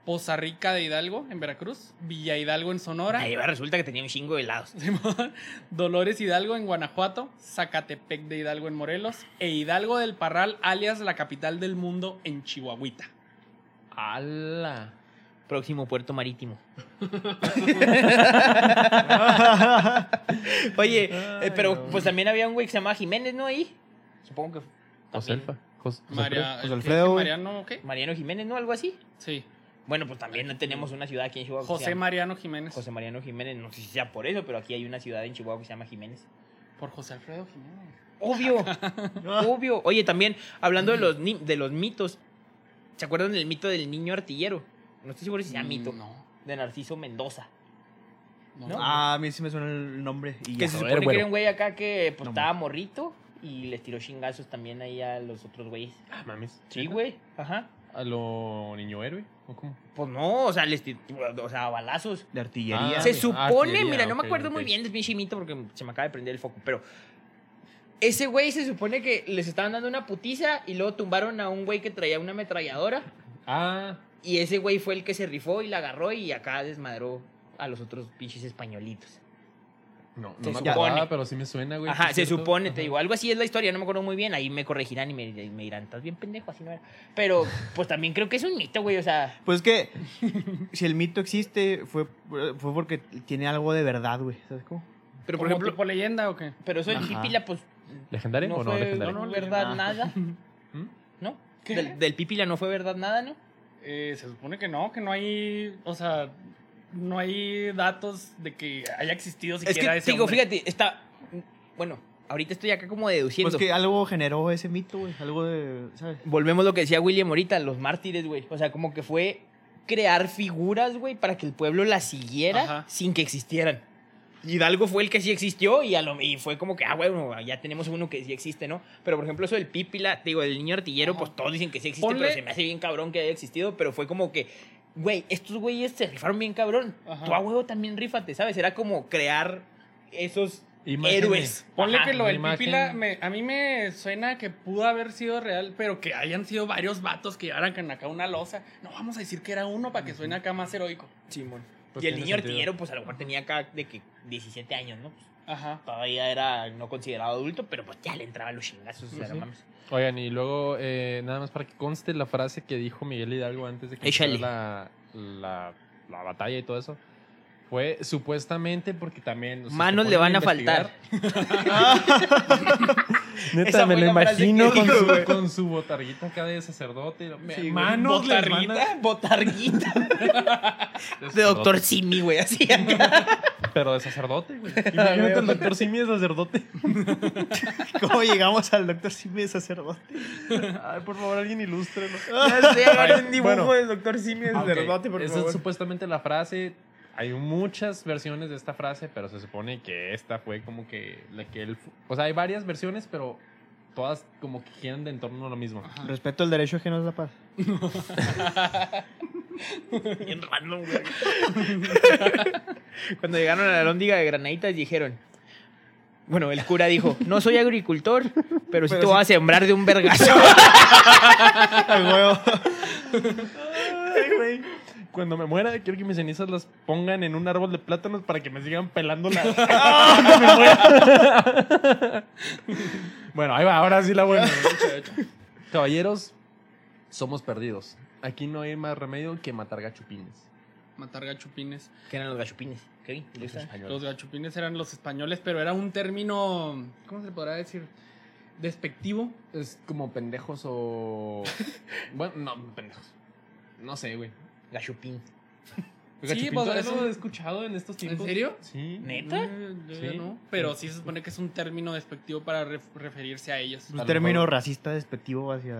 Speaker 2: Poza Rica de Hidalgo en Veracruz, Villa Hidalgo en Sonora,
Speaker 1: Ahí va, resulta que tenía un chingo de helados.
Speaker 2: Simón, Dolores Hidalgo en Guanajuato, Zacatepec de Hidalgo en Morelos e Hidalgo del Parral, alias la capital del mundo en Chihuahuita.
Speaker 3: Ala.
Speaker 1: Próximo puerto marítimo.
Speaker 4: Ah,
Speaker 1: Oye, eh,
Speaker 3: Ay,
Speaker 1: pero
Speaker 3: no.
Speaker 1: pues también había un güey que se llamaba Jiménez, ¿no? Ahí. Supongo que. también-
Speaker 3: Joselfa. Jos- José
Speaker 2: María,
Speaker 4: José
Speaker 2: ¿qué-
Speaker 4: Pues Alfredo,
Speaker 2: qué
Speaker 4: güey.
Speaker 2: Mariano, ¿qué?
Speaker 1: Mariano Jiménez, ¿no? Algo así.
Speaker 2: Sí.
Speaker 1: Bueno, pues también no tenemos una ciudad aquí en Chihuahua. que se
Speaker 2: José
Speaker 1: llama-
Speaker 2: Mariano Jiménez.
Speaker 1: José Mariano Jiménez. No sé si sea por eso, pero aquí hay una ciudad en Chihuahua que se llama Jiménez.
Speaker 2: Por José Alfredo Jiménez.
Speaker 1: Obvio, obvio. Oye, también, hablando de los, ni- de los mitos, ¿se acuerdan del mito del niño artillero? No estoy seguro si sea mito.
Speaker 2: No.
Speaker 1: De Narciso Mendoza.
Speaker 2: no.
Speaker 1: ¿No?
Speaker 4: Ah, a mí sí me suena el nombre. Y
Speaker 1: Que
Speaker 4: ya.
Speaker 1: se
Speaker 3: A ver,
Speaker 1: supone que
Speaker 3: güero.
Speaker 1: era un güey acá que pues,
Speaker 4: No,
Speaker 1: estaba morrito y les tiró chingazos también ahí a los otros güeyes.
Speaker 3: Ah, mames.
Speaker 1: Sí, güey. Ajá.
Speaker 3: ¿A lo niño héroe? ¿O cómo?
Speaker 1: Pues no, o sea, les tiró, o sea, a balazos.
Speaker 4: De artillería.
Speaker 3: Ah,
Speaker 1: se
Speaker 3: mira,
Speaker 1: supone,
Speaker 3: artillería,
Speaker 1: mira, no
Speaker 3: ok,
Speaker 1: me acuerdo
Speaker 3: ok.
Speaker 1: muy bien del pinche mito porque se me acaba de prender el foco, pero ese güey se supone que les estaban dando una putiza y luego tumbaron a un güey que traía una ametralladora
Speaker 3: Ah,
Speaker 1: y ese güey fue el que se rifó y la agarró y acá desmadró a los otros pinches españolitos.
Speaker 3: no,
Speaker 1: Se
Speaker 3: no me
Speaker 1: supone.
Speaker 3: acordaba, pero sí me suena, güey.
Speaker 1: Ajá,
Speaker 3: ¿Es
Speaker 1: se
Speaker 3: cierto?
Speaker 1: supone,
Speaker 3: Ajá.
Speaker 1: te digo, algo así es la historia, no me acuerdo muy bien, ahí me corregirán y me, y me dirán, estás bien pendejo, así no era. Pero pues también creo que es un mito, güey, o sea,
Speaker 4: Pues es que si el mito existe, fue, fue porque tiene algo de verdad, güey. ¿Sabes cómo?
Speaker 1: pero por
Speaker 2: ¿Como
Speaker 1: ejemplo,
Speaker 2: tipo leyenda o qué?
Speaker 1: pero eso del
Speaker 4: Ajá.
Speaker 1: Pipila pues
Speaker 3: ¿Legendario
Speaker 1: no
Speaker 3: o no
Speaker 1: fue
Speaker 3: legendario?
Speaker 1: no,
Speaker 2: No, no,
Speaker 1: verdad
Speaker 4: no.
Speaker 1: nada,
Speaker 3: ¿Mm?
Speaker 1: ¿no?
Speaker 2: ¿Qué?
Speaker 1: Del, del Pipila no fue verdad nada, ¿no?
Speaker 2: Eh, se supone que no, que no hay, o sea, no hay datos de que haya existido
Speaker 1: Es que,
Speaker 2: siquiera ese
Speaker 1: te digo,
Speaker 2: hombre.
Speaker 1: fíjate, está. Bueno, ahorita estoy acá como deduciendo.
Speaker 4: Pues que algo generó ese mito, güey. Algo de. ¿Sabes?
Speaker 1: Volvemos a lo que decía William ahorita, los mártires, güey. O sea, como que fue crear figuras, güey, para que el pueblo las siguiera
Speaker 2: Ajá.
Speaker 1: sin que existieran. Hidalgo fue el que sí existió y, a lo, y fue como que, ah, bueno, ya tenemos uno que sí existe, ¿no? Pero, por ejemplo, eso del pípila, te digo, del niño artillero,
Speaker 2: Ajá.
Speaker 1: pues todos dicen que sí existe,
Speaker 2: Ponle-
Speaker 1: pero se me hace bien cabrón que haya existido, pero fue como que, güey, estos güeyes se rifaron bien cabrón.
Speaker 2: Ajá.
Speaker 1: Tú a huevo también rífate, ¿sabes? Era como crear esos
Speaker 3: Imágenes.
Speaker 1: héroes.
Speaker 2: Ponle
Speaker 1: Ajá.
Speaker 2: que lo
Speaker 3: una
Speaker 2: del
Speaker 3: imagen.
Speaker 2: Pipila, me- a mí me suena que pudo haber sido real, pero que hayan sido varios vatos que llevaran con acá una losa. No vamos a decir que era uno para que suene acá más heroico.
Speaker 1: Simón.
Speaker 3: Pues
Speaker 1: y el
Speaker 3: tiene
Speaker 1: niño
Speaker 3: sentido.
Speaker 1: artillero, pues a lo mejor tenía acá de que 17 años, ¿no? Pues,
Speaker 2: Ajá.
Speaker 1: todavía era no considerado adulto, pero pues ya le entraban los chingazos. o sea,
Speaker 2: Sí.
Speaker 1: no mames.
Speaker 3: Oigan, y luego, eh, nada más para que conste la frase que dijo Miguel Hidalgo antes de que
Speaker 1: Échale.
Speaker 3: empezara la, la, la batalla y todo eso. Fue supuestamente porque también. o sea,
Speaker 1: Manos
Speaker 3: se
Speaker 1: le
Speaker 3: ponen
Speaker 1: van a faltar.
Speaker 3: Neta,
Speaker 1: Esa
Speaker 3: me
Speaker 1: fue
Speaker 3: lo
Speaker 1: la frase
Speaker 3: imagino
Speaker 1: que
Speaker 3: con
Speaker 1: dijo,
Speaker 3: su, con su botarguita acá de sacerdote. Me-
Speaker 2: Sí, güey.
Speaker 1: Ah,
Speaker 3: manos les van a-
Speaker 1: Botarguita, botarguita. De doctor Simi, güey, así acá.
Speaker 3: Pero de sacerdote, güey.
Speaker 1: Ah,
Speaker 3: Imagínate el doctor Simi de sacerdote.
Speaker 4: ¿Cómo llegamos al doctor Simi de sacerdote?
Speaker 3: Ay, por favor, alguien ilústrelo.
Speaker 1: Ya sé, hagan un dibujo
Speaker 3: Bueno.
Speaker 1: del doctor Simi de
Speaker 3: Ah, ok.
Speaker 1: sacerdote, por
Speaker 3: Esa
Speaker 1: favor.
Speaker 3: es supuestamente la frase. Hay muchas versiones de esta frase, pero se supone que esta fue como que la que él... fu- O sea, hay varias versiones, pero todas como que giran de en torno a lo mismo.
Speaker 4: Respeto al derecho ajeno es la paz.
Speaker 1: Bien random, güey. Cuando llegaron a la lóndiga de granaditas dijeron. Bueno, el cura dijo, no soy agricultor, pero sí
Speaker 4: Pero
Speaker 1: te
Speaker 4: sí-
Speaker 1: voy a sembrar de un vergazo.
Speaker 4: Al huevo.
Speaker 3: Ay, güey. Cuando me muera, quiero que mis cenizas las pongan en un árbol de plátanos para que me sigan pelando la... Cuando me muera. bueno, ahí va, ahora sí la buena. Caballeros, somos perdidos. Aquí no hay más remedio que matar gachupines.
Speaker 2: Matar gachupines.
Speaker 1: ¿Qué eran los gachupines? Kevin, ilustra.
Speaker 2: Los gachupines eran los españoles, pero era un término, ¿cómo se le podrá decir? Despectivo.
Speaker 3: Es como pendejos o. bueno, no, pendejos. No sé, güey.
Speaker 1: Gachupín.
Speaker 2: Sí,
Speaker 3: Gachupín,
Speaker 2: pues,
Speaker 3: ¿todavía
Speaker 2: eso-
Speaker 3: no lo he escuchado en estos tiempos.
Speaker 2: serio?
Speaker 3: Sí.
Speaker 1: ¿Neta?
Speaker 2: Eh, yo ya
Speaker 3: Sí.
Speaker 2: no, pero sí se supone que es un término despectivo para ref- referirse a ellos.
Speaker 3: A
Speaker 4: Un
Speaker 3: lo
Speaker 4: término
Speaker 3: mejor.
Speaker 4: rajista despectivo hacia.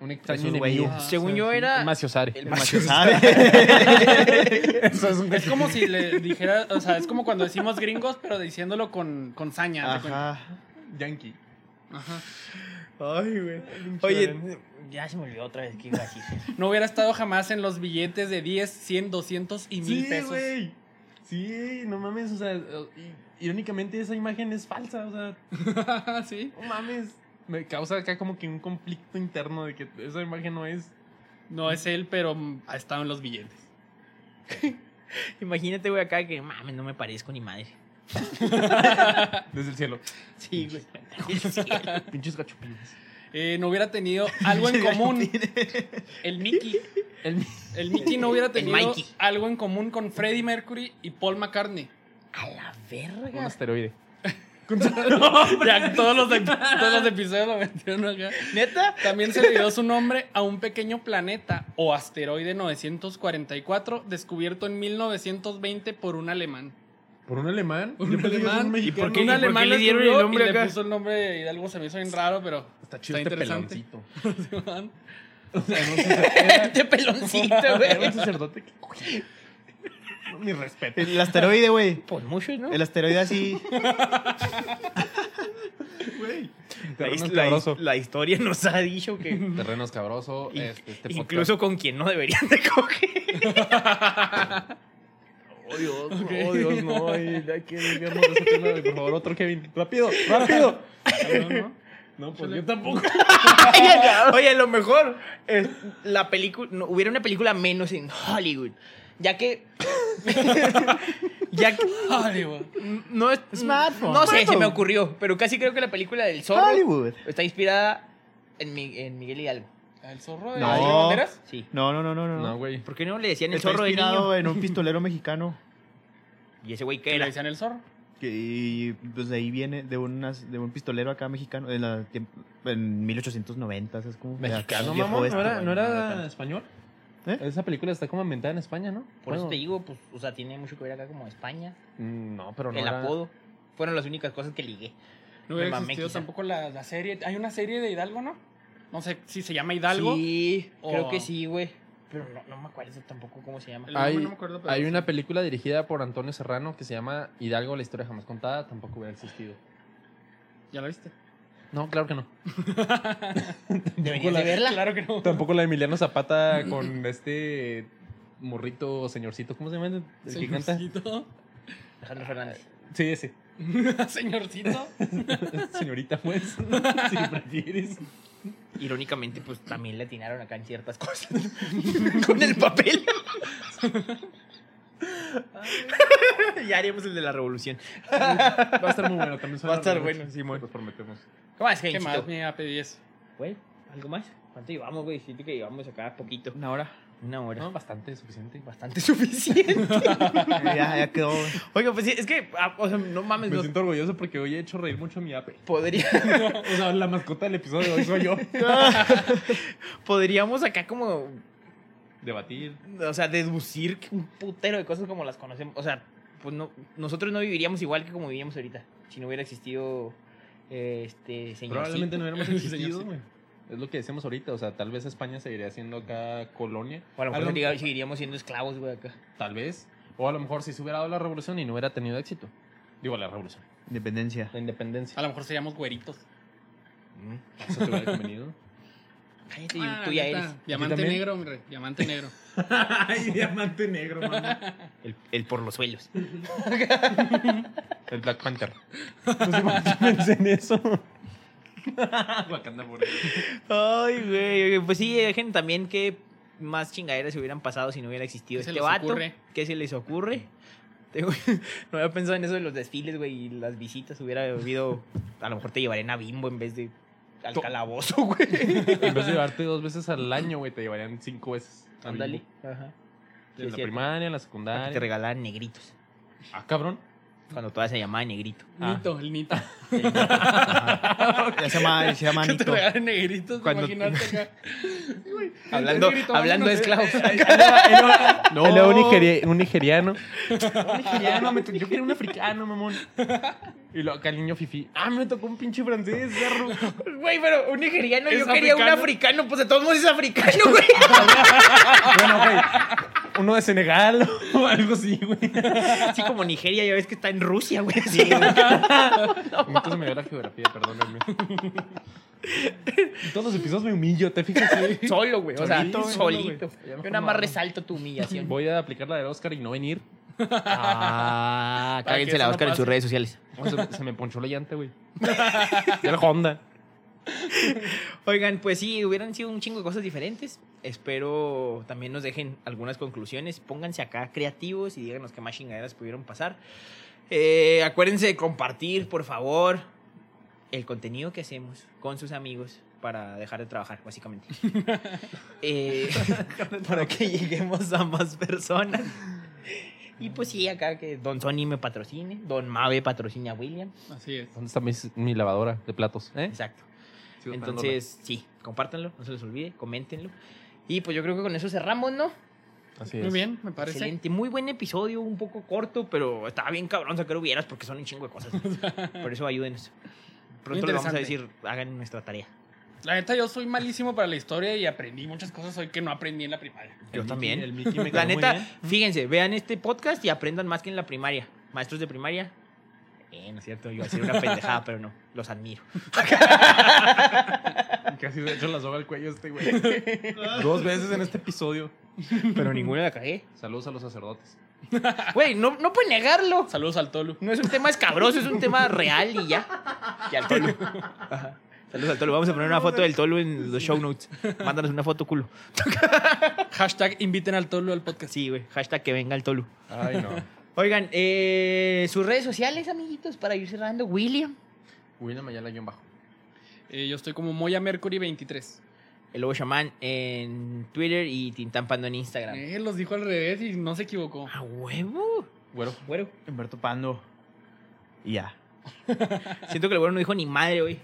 Speaker 3: Un
Speaker 4: Esos
Speaker 3: extraño
Speaker 4: güeyes.
Speaker 3: enemigo.
Speaker 2: Ah,
Speaker 1: Según
Speaker 2: sí,
Speaker 1: yo
Speaker 2: sí.
Speaker 1: era...
Speaker 3: Maciosare.
Speaker 1: El
Speaker 4: El
Speaker 1: macho
Speaker 3: Eso es un
Speaker 2: Es como si le dijera, o sea, es como cuando decimos gringos, pero diciéndolo con, con saña. haz de cuenta.
Speaker 4: Ajá.
Speaker 3: yankee.
Speaker 2: Ajá.
Speaker 4: Ay, güey.
Speaker 1: Oye, ya se me olvidó otra vez que iba a decir.
Speaker 2: No hubiera estado jamás en los billetes de 10, 100, 200 y 1000
Speaker 3: Sí,
Speaker 2: pesos.
Speaker 3: güey. Sí, no mames. O sea, eh, irónicamente esa imagen es falsa. O sea,
Speaker 2: sí,
Speaker 3: no mames. Me causa acá como que un conflicto interno de que esa imagen no es.
Speaker 2: no es él, pero mm, ha estado en los billetes.
Speaker 1: Imagínate, güey, acá que, mames, no me parezco ni madre.
Speaker 3: Desde el cielo.
Speaker 1: Sí, güey.
Speaker 3: Pinches gachupines.
Speaker 2: Eh, no hubiera tenido algo en común. El Mickey.
Speaker 3: El-
Speaker 2: El Mickey no hubiera tenido
Speaker 1: Mikey.
Speaker 2: algo en común con Freddie Mercury y Paul McCartney.
Speaker 1: A la
Speaker 3: Un
Speaker 1: verga.
Speaker 3: asteroide.
Speaker 2: Ya todos los, ep- todos los episodios lo metieron acá.
Speaker 1: ¿Neta?
Speaker 2: También se le dio su nombre a un pequeño planeta o asteroide 944 descubierto en 1920 por un alemán.
Speaker 3: ¿Por un alemán?
Speaker 2: Un
Speaker 3: Yo pensé que es
Speaker 2: alemán.
Speaker 1: ¿Y por
Speaker 3: mexicano.
Speaker 1: qué?
Speaker 2: un
Speaker 1: le
Speaker 2: alemán le
Speaker 1: dieron el
Speaker 2: escribió
Speaker 1: nombre
Speaker 2: y
Speaker 1: acá?
Speaker 2: le puso el nombre de Hidalgo, se me hizo bien raro, pero
Speaker 3: Está chido este
Speaker 2: interesante.
Speaker 3: peloncito.
Speaker 2: Simón.
Speaker 3: O sea, no sé,
Speaker 1: Este peloncito,
Speaker 3: era, era
Speaker 1: güey.
Speaker 3: un sacerdote que cogía. No, Mi respeto.
Speaker 4: El asteroide, güey.
Speaker 1: Pues muchos, ¿no?
Speaker 4: El asteroide así.
Speaker 3: Terreno escabroso.
Speaker 1: la historia nos ha dicho que
Speaker 3: Terreno escabroso.
Speaker 1: in-
Speaker 3: este, este
Speaker 1: incluso con quien no deberían de coger.
Speaker 3: podcast. Oh, Dios, no, Dios, no. ay, Hay que desviarnos de ese tema. güey. Por favor, otro Kevin. Rápido, rápido.
Speaker 2: Cabrón, ¿no?
Speaker 3: No, pues yo tampoco.
Speaker 1: Oye, lo mejor, es la película, no, hubiera una película menos en Hollywood, ya que... ya que...
Speaker 2: Hollywood.
Speaker 1: No, es,
Speaker 4: Smartphone.
Speaker 1: no sé, se
Speaker 4: Smartphone.
Speaker 1: me ocurrió, pero casi creo que la película del zorro
Speaker 4: Hollywood.
Speaker 1: está inspirada en, mi- en Miguel Hidalgo.
Speaker 2: ¿El zorro de
Speaker 4: No.
Speaker 2: Diego Banderas?
Speaker 1: Sí.
Speaker 4: No, no, no, no, no.
Speaker 3: No, güey.
Speaker 1: ¿Por qué no le decían el
Speaker 4: Está
Speaker 1: zorro de niño?
Speaker 4: inspirado en un pistolero mexicano.
Speaker 1: ¿Y ese güey qué
Speaker 2: Que le
Speaker 1: era?
Speaker 2: decían el zorro.
Speaker 4: Que, y pues de ahí viene de, unas, de un pistolero acá mexicano. En, la, tiemp- en 1890, es como.
Speaker 3: Mexicano,
Speaker 4: viejo
Speaker 3: mamón.
Speaker 4: este,
Speaker 3: ¿No era,
Speaker 4: güey,
Speaker 3: no
Speaker 4: tanto.
Speaker 3: era español?
Speaker 4: ¿Eh?
Speaker 3: Esa película está como ambientada en España, ¿no?
Speaker 1: Por eso
Speaker 3: Bueno,
Speaker 1: te digo, pues, o sea, tiene mucho que ver acá como España,
Speaker 3: mm, No, pero no
Speaker 1: el
Speaker 3: era-
Speaker 1: apodo. Fueron las únicas cosas que ligué. Me
Speaker 2: No hubiera
Speaker 1: mamé,
Speaker 2: existido
Speaker 1: quizá.
Speaker 2: tampoco la, la serie. Hay una serie de Hidalgo, ¿no? No sé si se llama Hidalgo.
Speaker 1: Sí, creo
Speaker 2: o-
Speaker 1: que sí, güey. Pero no, no me acuerdo tampoco cómo se llama.
Speaker 2: El nombre
Speaker 3: Hay,
Speaker 2: no me acuerdo, pero
Speaker 3: hay
Speaker 2: sí.
Speaker 3: una película dirigida por Antonio Serrano que se llama Hidalgo, la historia jamás contada, tampoco hubiera existido.
Speaker 2: ¿Ya la viste?
Speaker 3: No, claro que no.
Speaker 1: Deberías de verla.
Speaker 2: Claro que no.
Speaker 3: Tampoco la de Emiliano Zapata con este morrito señorcito, ¿cómo se llama? El que canta.
Speaker 2: Señorcito.
Speaker 1: Alejandro Fernández.
Speaker 3: Sí, ese.
Speaker 2: Señorcito.
Speaker 3: Señorita, pues. si prefieres.
Speaker 1: Irónicamente, pues también le atinaron acá en ciertas cosas. Con el papel. ya haríamos el de la revolución.
Speaker 3: Va a estar muy bueno también.
Speaker 1: suena Va a estar revolución, bueno, Simón.
Speaker 3: Los prometemos.
Speaker 1: ¿Qué más,
Speaker 2: ¿Qué
Speaker 1: gente?
Speaker 2: más me iba a pedir eso?
Speaker 1: Güey, ¿algo más? ¿Cuánto llevamos, güey? Siento que llevamos acá poquito.
Speaker 4: Una hora.
Speaker 1: Una hora.
Speaker 3: No, bastante, suficiente.
Speaker 1: Bastante suficiente.
Speaker 4: Ya, ya quedó. güey.
Speaker 1: Oiga, pues sí, es que, ah, o sea, no mames,
Speaker 3: Me
Speaker 1: no
Speaker 3: siento orgulloso porque hoy he hecho reír mucho a mi ape.
Speaker 1: podría,
Speaker 3: O sea, la mascota del episodio de hoy soy yo.
Speaker 1: podríamos acá como,
Speaker 3: Debatir.
Speaker 1: o sea, deducir que un putero de cosas como las conocemos. O sea, pues no, nosotros no viviríamos igual que como vivíamos ahorita, si no hubiera existido eh, este señor.
Speaker 3: Probablemente no hubiéramos existido,
Speaker 2: Sí.
Speaker 3: güey. Es lo que decimos ahorita. O sea, tal vez España seguiría siendo acá colonia.
Speaker 1: O a lo
Speaker 3: A
Speaker 1: mejor
Speaker 3: lo-
Speaker 1: diga- seguiríamos siendo esclavos, güey, acá.
Speaker 3: Tal vez. O a lo mejor si se hubiera dado la revolución y no hubiera tenido éxito. Digo, la revolución.
Speaker 4: Independencia.
Speaker 3: La independencia.
Speaker 2: A lo mejor seríamos güeritos.
Speaker 3: mm, Eso te hubiera convenido.
Speaker 1: Cállate,
Speaker 2: Ah,
Speaker 1: tú ya
Speaker 2: neta,
Speaker 1: eres.
Speaker 2: Diamante
Speaker 3: también?
Speaker 2: negro, mi rey, Diamante negro.
Speaker 3: Ay, diamante negro, mamá.
Speaker 1: El, el por los suelos.
Speaker 3: El Black Panther. Entonces, Pues, pensé en eso. Wakanda forever.
Speaker 1: Ay, güey. oye, Pues sí, dejen también que más chingaderas se hubieran pasado si no hubiera existido
Speaker 2: ¿Qué se
Speaker 1: este
Speaker 2: les
Speaker 1: vato.
Speaker 2: ocurre?
Speaker 1: ¿Qué se les ocurre? Tengo- no había pensado en eso de los desfiles, güey, y las visitas. Hubiera habido. A lo mejor te llevarían a Bimbo en vez de al
Speaker 3: To-
Speaker 1: calabozo, güey.
Speaker 3: En vez de llevarte dos veces al año, güey, te llevarían cinco veces. a
Speaker 1: Ándale.
Speaker 3: Bimbo.
Speaker 1: Ajá. Sí,
Speaker 3: En
Speaker 1: es
Speaker 3: la
Speaker 1: cierto.
Speaker 3: primaria, en
Speaker 1: Para que
Speaker 3: la
Speaker 1: Te
Speaker 3: secundaria.
Speaker 1: regalaban negritos.
Speaker 3: Ah, cabrón.
Speaker 1: Cuando todas se llamaban negrito.
Speaker 3: Ah.
Speaker 2: Nito, el Nito.
Speaker 4: Ya se llama, se llama
Speaker 2: Que te
Speaker 4: Nito.
Speaker 2: regalan negritos,
Speaker 4: Cuando-
Speaker 2: imagínate acá. Sí, güey,
Speaker 1: Hablando,
Speaker 2: el negrito,
Speaker 1: hablando de
Speaker 2: vámonos.
Speaker 1: esclavos.
Speaker 3: No, era un, nigeria- un nigeriano. me yo quería un africano, mamón. Y luego acá el niño fifi. Ah, me tocó un pinche francés, garro.
Speaker 1: Pues, Güey, pero un nigeriano,
Speaker 2: ¿Es
Speaker 1: yo quería un
Speaker 2: africano?
Speaker 1: africano, pues de todos modos es africano, güey.
Speaker 3: Bueno, ok. Uno de Senegal o algo así, güey.
Speaker 1: Así como Nigeria, ya ves que está en Rusia, güey. así.
Speaker 3: Entonces me dio la geografía, perdónenme. En todos los episodios me humillo, ¿te fijas? Sí.
Speaker 1: Solo, güey. O sea,
Speaker 3: Solito,
Speaker 1: solito.
Speaker 3: güey. Ya
Speaker 1: Yo
Speaker 3: mejor
Speaker 1: nada
Speaker 3: no
Speaker 1: más
Speaker 3: hablo.
Speaker 1: resalto tu humillación.
Speaker 3: Voy a aplicar la del Oscar y no venir.
Speaker 1: Ah,
Speaker 2: Para que eso no pase.
Speaker 1: redes sociales.
Speaker 3: Oh, se, se me ponchó la llanta, güey. Del Honda.
Speaker 1: Oigan, pues sí, hubieran sido un chingo de cosas diferentes. Espero también nos dejen algunas conclusiones. Pónganse acá creativos y díganos qué más chingaderas pudieron pasar. Eh, acuérdense de compartir, por favor, el contenido que hacemos con sus amigos para dejar de trabajar, básicamente. Eh, para que lleguemos a más personas. Y pues sí, acá que Don Sony me patrocine, Don Mave patrocine a William.
Speaker 2: Así es.
Speaker 3: ¿Dónde está mis- mi, lavadora de platos? ¿Eh?
Speaker 1: Exacto. Entonces, sí, compártanlo, no se les olvide, coméntenlo. Y pues yo creo que con eso cerramos, ¿no?
Speaker 3: Así es.
Speaker 2: Muy bien, me parece.
Speaker 1: Excelente, muy buen episodio, un poco corto, pero estaba bien cabrón sacar hubieras porque son un chingo de cosas. Por eso ayúdenos. Pronto les vamos a
Speaker 2: interesante.
Speaker 1: decir, hagan nuestra tarea.
Speaker 2: La neta, yo soy malísimo para la historia y aprendí muchas cosas hoy que no aprendí en la primaria.
Speaker 1: Yo también.
Speaker 3: El Mickey me
Speaker 1: La
Speaker 3: cayó muy
Speaker 1: neta,
Speaker 3: bien.
Speaker 1: fíjense, vean este podcast y aprendan más que en la primaria. Maestros de primaria. Eh, no es cierto, yo iba a decir una pendejada, pero no, los admiro.
Speaker 3: Casi se ha hecho la soga al cuello este güey. Dos veces en este episodio.
Speaker 1: Pero ninguna la cagué.
Speaker 3: Saludos a los sacerdotes.
Speaker 1: Güey, no, no puede negarlo.
Speaker 2: Saludos al Tolu.
Speaker 1: No es un tema escabroso, es un tema real y ya. Y al Tolu. Ajá. Saludos al Tolu. Vamos a poner una foto del Tolu en los show notes. Mándanos una foto, culo.
Speaker 2: Hashtag inviten al Tolu al podcast.
Speaker 1: Sí, güey. Hashtag que venga el Tolu.
Speaker 3: Ay, no.
Speaker 1: Oigan, eh, sus redes sociales, amiguitos, para ir cerrando. William.
Speaker 3: William Ayala guión bajo.
Speaker 2: Eh, yo estoy como Moya Mercury 23.
Speaker 1: El Lobo Shaman en Twitter y Tintán Pando en Instagram.
Speaker 2: Eh, los dijo al revés y no se equivocó.
Speaker 1: ¡A huevo!
Speaker 3: Güero.
Speaker 1: Güero.
Speaker 4: Humberto Pando. Y ya.
Speaker 1: Siento que el güero no dijo ni madre hoy.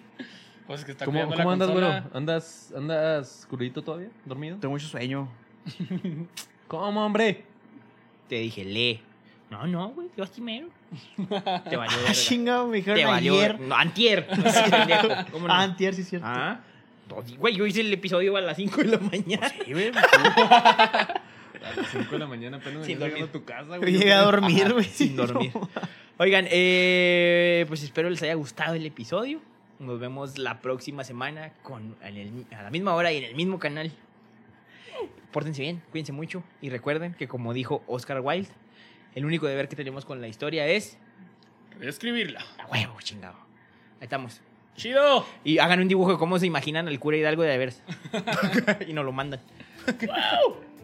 Speaker 2: Pues es que está
Speaker 3: ¿Cómo,
Speaker 2: cuidando
Speaker 3: cómo
Speaker 2: la
Speaker 3: andas, güero?
Speaker 2: consola.
Speaker 3: ¿Andas, ¿Andas crudito todavía? ¿Dormido?
Speaker 4: Tengo mucho sueño.
Speaker 3: ¿Cómo, hombre?
Speaker 1: Te dije, lee. No, no, güey. Yo así mero. Te valió
Speaker 4: Ah,
Speaker 1: verga.
Speaker 4: chingado, me
Speaker 1: Te
Speaker 4: dijeron
Speaker 1: valió.
Speaker 4: ayer.
Speaker 1: No, antier. Pendejo, ¿Cómo no?
Speaker 4: Ah, antier, sí es cierto.
Speaker 1: Ah, dos- güey, yo hice el episodio a las 5 de la mañana.
Speaker 3: Sí, güey. A las 5 de la mañana apenas
Speaker 1: Sin
Speaker 3: venías llegando
Speaker 1: dormir.
Speaker 3: a tu casa,
Speaker 4: Yo
Speaker 3: güey.
Speaker 4: llegué a dormir,
Speaker 1: Ajá,
Speaker 4: güey.
Speaker 1: Sin dormir. Oigan, eh, pues espero les haya gustado el episodio. Nos vemos la próxima semana con, en el- a la misma hora y en el mismo canal. Pórtense bien, cuídense mucho y recuerden que como dijo Oscar Wilde, el único deber que tenemos con la historia es
Speaker 2: Escribirla.
Speaker 1: a huevo, chingado. Ahí estamos.
Speaker 2: ¡Chido!
Speaker 1: Y hagan un dibujo de cómo se imaginan al cura Hidalgo de Avers. y nos lo mandan.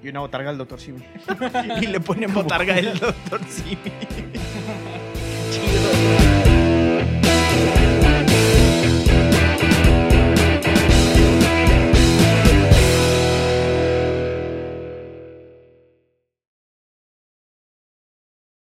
Speaker 4: Y una botarga al doctor Simi.
Speaker 1: y le ponen botarga del doctor Simi.